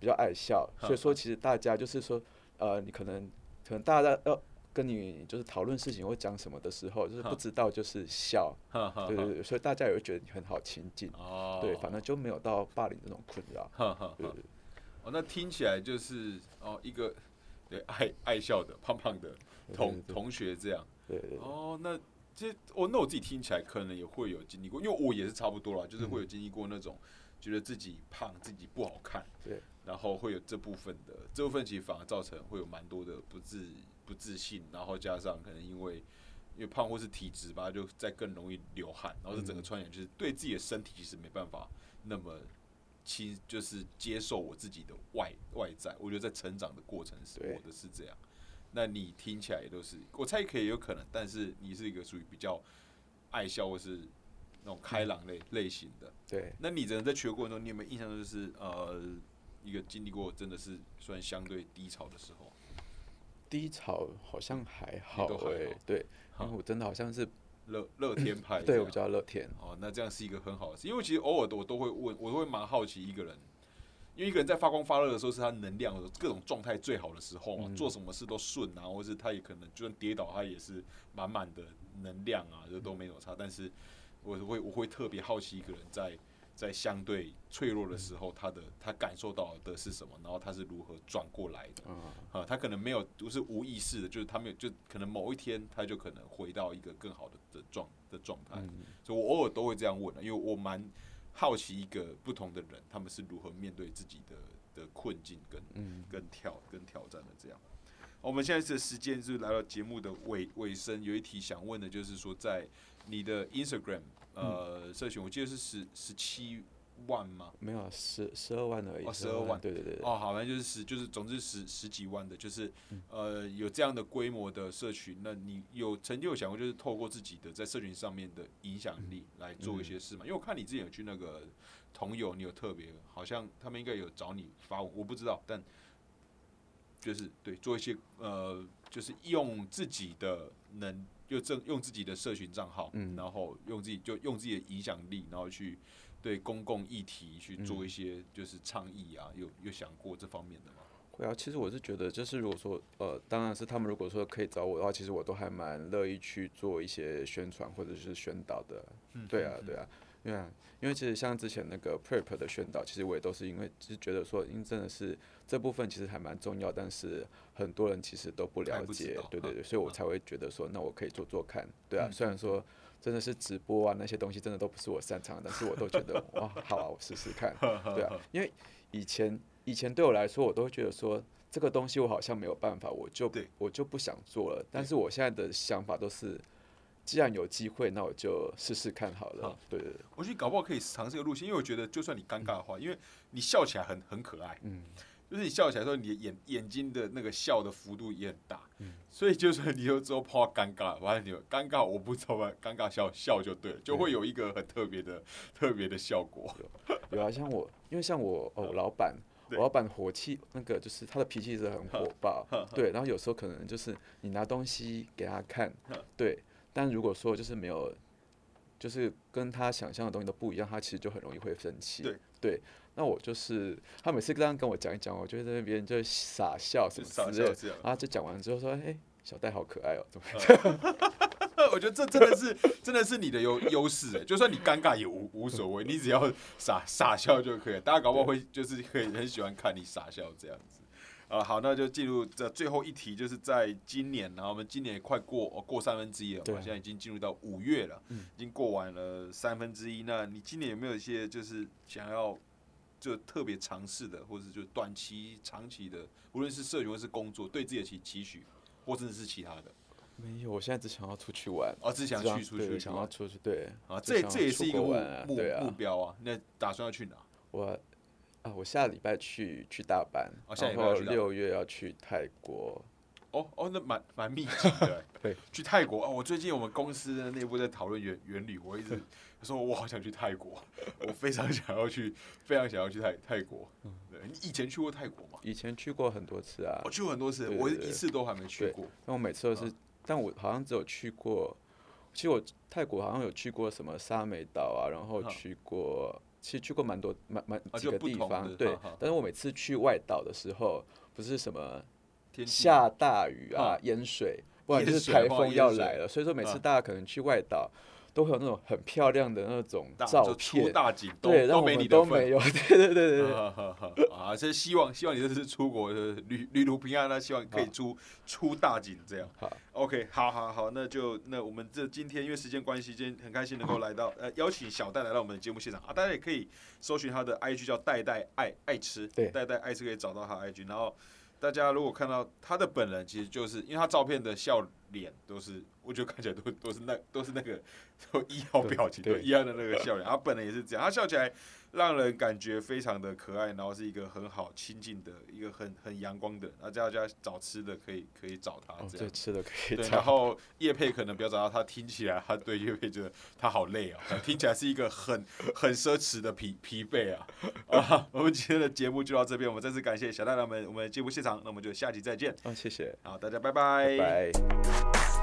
B: 比较爱笑，所
A: 哈
B: 以说其实大家就是说，呃，你可能可能大家要跟你就是讨论事情或讲什么的时候，就是不知道就是笑，
A: 哈啊哈
B: 对对对，所以大家也会觉得你很好亲近，
A: 哦，
B: 对，反正就没有到霸凌这种困扰，
A: 哈哈
B: 对
A: 哈
B: 对。对
A: 哦，那听起来就是哦，一个对爱爱笑的胖胖的同同学这样。
B: 对对对
A: 哦，那这我那我自己听起来可能也会有经历过，因为我也是差不
B: 嗯
A: 多啦，就是会有经历过那种觉得自己胖、自己不好看，
B: 对，
A: 然后会有这部分的这部分，其实反而造成会有蛮多的不自不自信，然后加上可能因为。因为胖或是体质吧，就再更容易流汗，然后这整个穿起来就是对自己的身体其实没办法那么亲，就是接受我自己的外外在。我觉得在成长的过程是
B: 对
A: 我的是这样，那你听起来也都是，我猜可以有可能，但是你是一个属于比较爱笑或是那种开朗类类型的。
B: 对，
A: 那你人在学过程中，你有没有印象就是呃，一个经历过真的是算相对低潮的时候？
B: 低潮好像还好
A: 都还
B: 哎、
A: 好
B: 对，
A: 好
B: 因为我真的好像是
A: 乐乐天派这
B: 对
A: 样，
B: 我比较乐天，
A: 哦，那这样是一个很好的事，因为其实偶尔我都会问，我都会蛮好奇一个人，因为一个人在发光发热的时候是他能量各种状态最好的时候嘛，做什么事都顺啊，或是他也可能就算跌倒，他也是满满的能量啊，这都没有差。但是我会我会特别好奇一个人在在相对脆弱的时候，他的他感受到的是什么，然后他是如何转过来的。
B: 嗯，
A: 啊，他可能没有不是无意识的，就是他没有，就可能某一天他就可能回到一个更好的的状的状态，所以我偶尔都会这样问啊的，因为我蛮好奇一个不同的人，他们是如何面对自己的的困境跟、跟挑跟挑战的这样。好我们现在的时间是来到节目的尾尾声，有一题想问的就是说，在你的 Instagram 呃、社群，我记得是十十七万吗？
B: 没有十十二万而已，
A: 哦
B: 12
A: 12万
B: 对对对嗯对，
A: 哦，好，反正就是十，就是总之十十几万的，就是呃有这样的规模的社群，那你有曾经有想过，就是透过自己的在社群上面的影响
B: 嗯
A: 力来做一些事嘛？因为我看你之前有去那个同友，你有特别好像他们应该有找你发文，我不知道，但就是对做一些呃，就是用自己的能。就正用自己的社群账号，
B: 嗯
A: 然后用自己就用自己的影响力，然后去对公共议题去做一些就是倡议啊，有有想过这方面的吗？
B: 会啊，其实我是觉得，就是如果说，呃，当然是他们如果说可以找我的话，其实我都还蛮乐意去做一些宣传或者是宣导的。对啊，对啊，因为因为其实像之前那个 prep 的宣导，其实我也都是因为就是觉得说，因为真的是这部分其实还蛮重要，但是很多人其实都不
A: 还
B: 了
A: 不知
B: 解
A: 道，嗯
B: 对对对，所以我才会觉得说，那我可以做做看，对啊，虽然说。真的是直播啊，那些东西真的都不是我擅长的，但是我都觉 得哇，好啊，我试试看，对啊，因为以前以前对我来说，我都会觉得说这个东西我好像没有办法，我就
A: 对
B: 我就不想做了。但是我现在的想法都是，既然有机会，那我就试试看好了。
A: 好
B: 对对对，
A: 我觉得搞不好可以尝试一个路线，因为我觉得就算你尴尬的话，因为你笑起来很很可爱，
B: 嗯，
A: 就是你笑起来的时候，你的眼眼睛的那个笑的幅度也很大，所以就算你有之后碰到尴尬，完了你有尴尬，我不知道吧，尴尬笑笑就对了，就会有一个很特别的特别的效果。
B: 有啊，像我，因为像我哦，我老板，我
A: 对
B: 老板火气那个就是他的脾气是很火 爆，对，然后有时候可能就是你拿东西给他看，对，但如果说就是没有。就是跟他想象的东西都不一样，他其实就很容易会生气。
A: 对
B: 那我就是他每次这样跟我讲一讲，我就在那边就傻笑什
A: 就
B: 么
A: 傻
B: 之类
A: 笑
B: 的，
A: 这样
B: 然后就讲完之后说：“哎、小戴好可爱哦、怎么
A: 我觉得这真的是真的是你的优优势哎，就算你尴尬也无无所谓，你只要傻傻笑就可以了。大家搞不好会就是可以很喜欢看你傻笑这样子。啊，好，那就进入这最后一题，就是在今年，然后我们今年也快过、哦过三分之一了嘛，
B: 对嗯啊
A: 现在已经进入到五月了，已经过完了三分之一。那你今年有没有一些就是想要就特别尝试的，或者就短期、长期的，无论是社群或是工作，对自己的期期许，或甚至是其他的？
B: 没有？我现在只想要出去玩，
A: 哦，只想
B: 这样
A: 去出
B: 啊对
A: 去
B: 想
A: 玩
B: 要出去，对
A: 啊，
B: 就
A: 这
B: 想
A: 这
B: 要
A: 也
B: 出
A: 是一个
B: 国
A: 目
B: 玩啊
A: 目
B: 对啊
A: 目标啊。那打算要去哪？
B: 我啊，我下礼拜去去大阪，
A: 哦下礼
B: 然
A: 拜要
B: 后
A: 去大阪
B: 六月要去泰国，。
A: 哦哦，那蛮蛮密集的欸
B: 对，
A: 去泰国哦。我最近我们公司的内部在讨论原原理，我一 直说我好想去泰国，我非常想要去，非常想要去泰泰国。对，你以前去过泰国吗？
B: 以前去过很多次嗯啊
A: 我，去嗯过很多次，
B: 对对
A: 我
B: 对
A: 一次都还没去
B: 对
A: 过。
B: 但我每次都是，但我好像只有去过，其实我泰国好像有去过什么沙美岛啊，然后
A: 哈
B: 去过，其实去过蛮多蛮蛮
A: 啊
B: 几
A: 嗯就
B: 个
A: 不
B: 地
A: 同
B: 方
A: 的，
B: 对
A: 哈哈。
B: 但是我每次去外岛的时候，不是什么
A: 天气
B: 下大雨啊
A: 嗯，
B: 淹水，不然就
A: 淹
B: 是
A: 水
B: 台
A: 哇
B: 风
A: 淹
B: 要
A: 水
B: 来了。所以说每次
A: 嗯
B: 大家可能去外岛，都会有那种很漂亮的那种
A: 大
B: 照
A: 就出
B: 片，
A: 大景都
B: 对，让
A: 都
B: 我
A: 没
B: 们
A: 你的
B: 都
A: 份
B: 没。有。对对对对对，
A: 哈哈哈啊，这希望希望你这次出国的旅旅途平安那希望可以出出大景这样。
B: 好
A: OK，好好好，那就那我们这今天因为时间关系，今天很开心能够来到呃邀请小戴来到我们的节目现场啊，大家也可以搜寻他的 IG 叫戴戴爱爱吃，
B: 对
A: 戴戴爱吃可以找到他的 IG，然后大家如果看到他的本人，其实就是因为他照片的笑脸都是，我觉得看起来都都是那都是那个都一号
C: 对
A: 表情，
C: 对
A: 都一样的那个笑脸。他本人也是这样，他笑起来让人感觉非常的可爱，然后是一个很好亲近的一个很很阳光的人。那大家找吃的可以可以找他
C: 哦，
A: 这
C: 这
A: 样。
C: 吃的可以
A: 对，
C: 找
A: 然后叶佩可能不要找到他，听起来他对叶佩觉得他好累啊、听起来是一个很很奢侈的疲疲惫啊。 啊，我们今天的节目就到这边，我们再次感谢小太郎们，我们节目现场，那我们就下期再见。
B: 哦，谢谢，
A: 好，大家拜
B: 拜拜。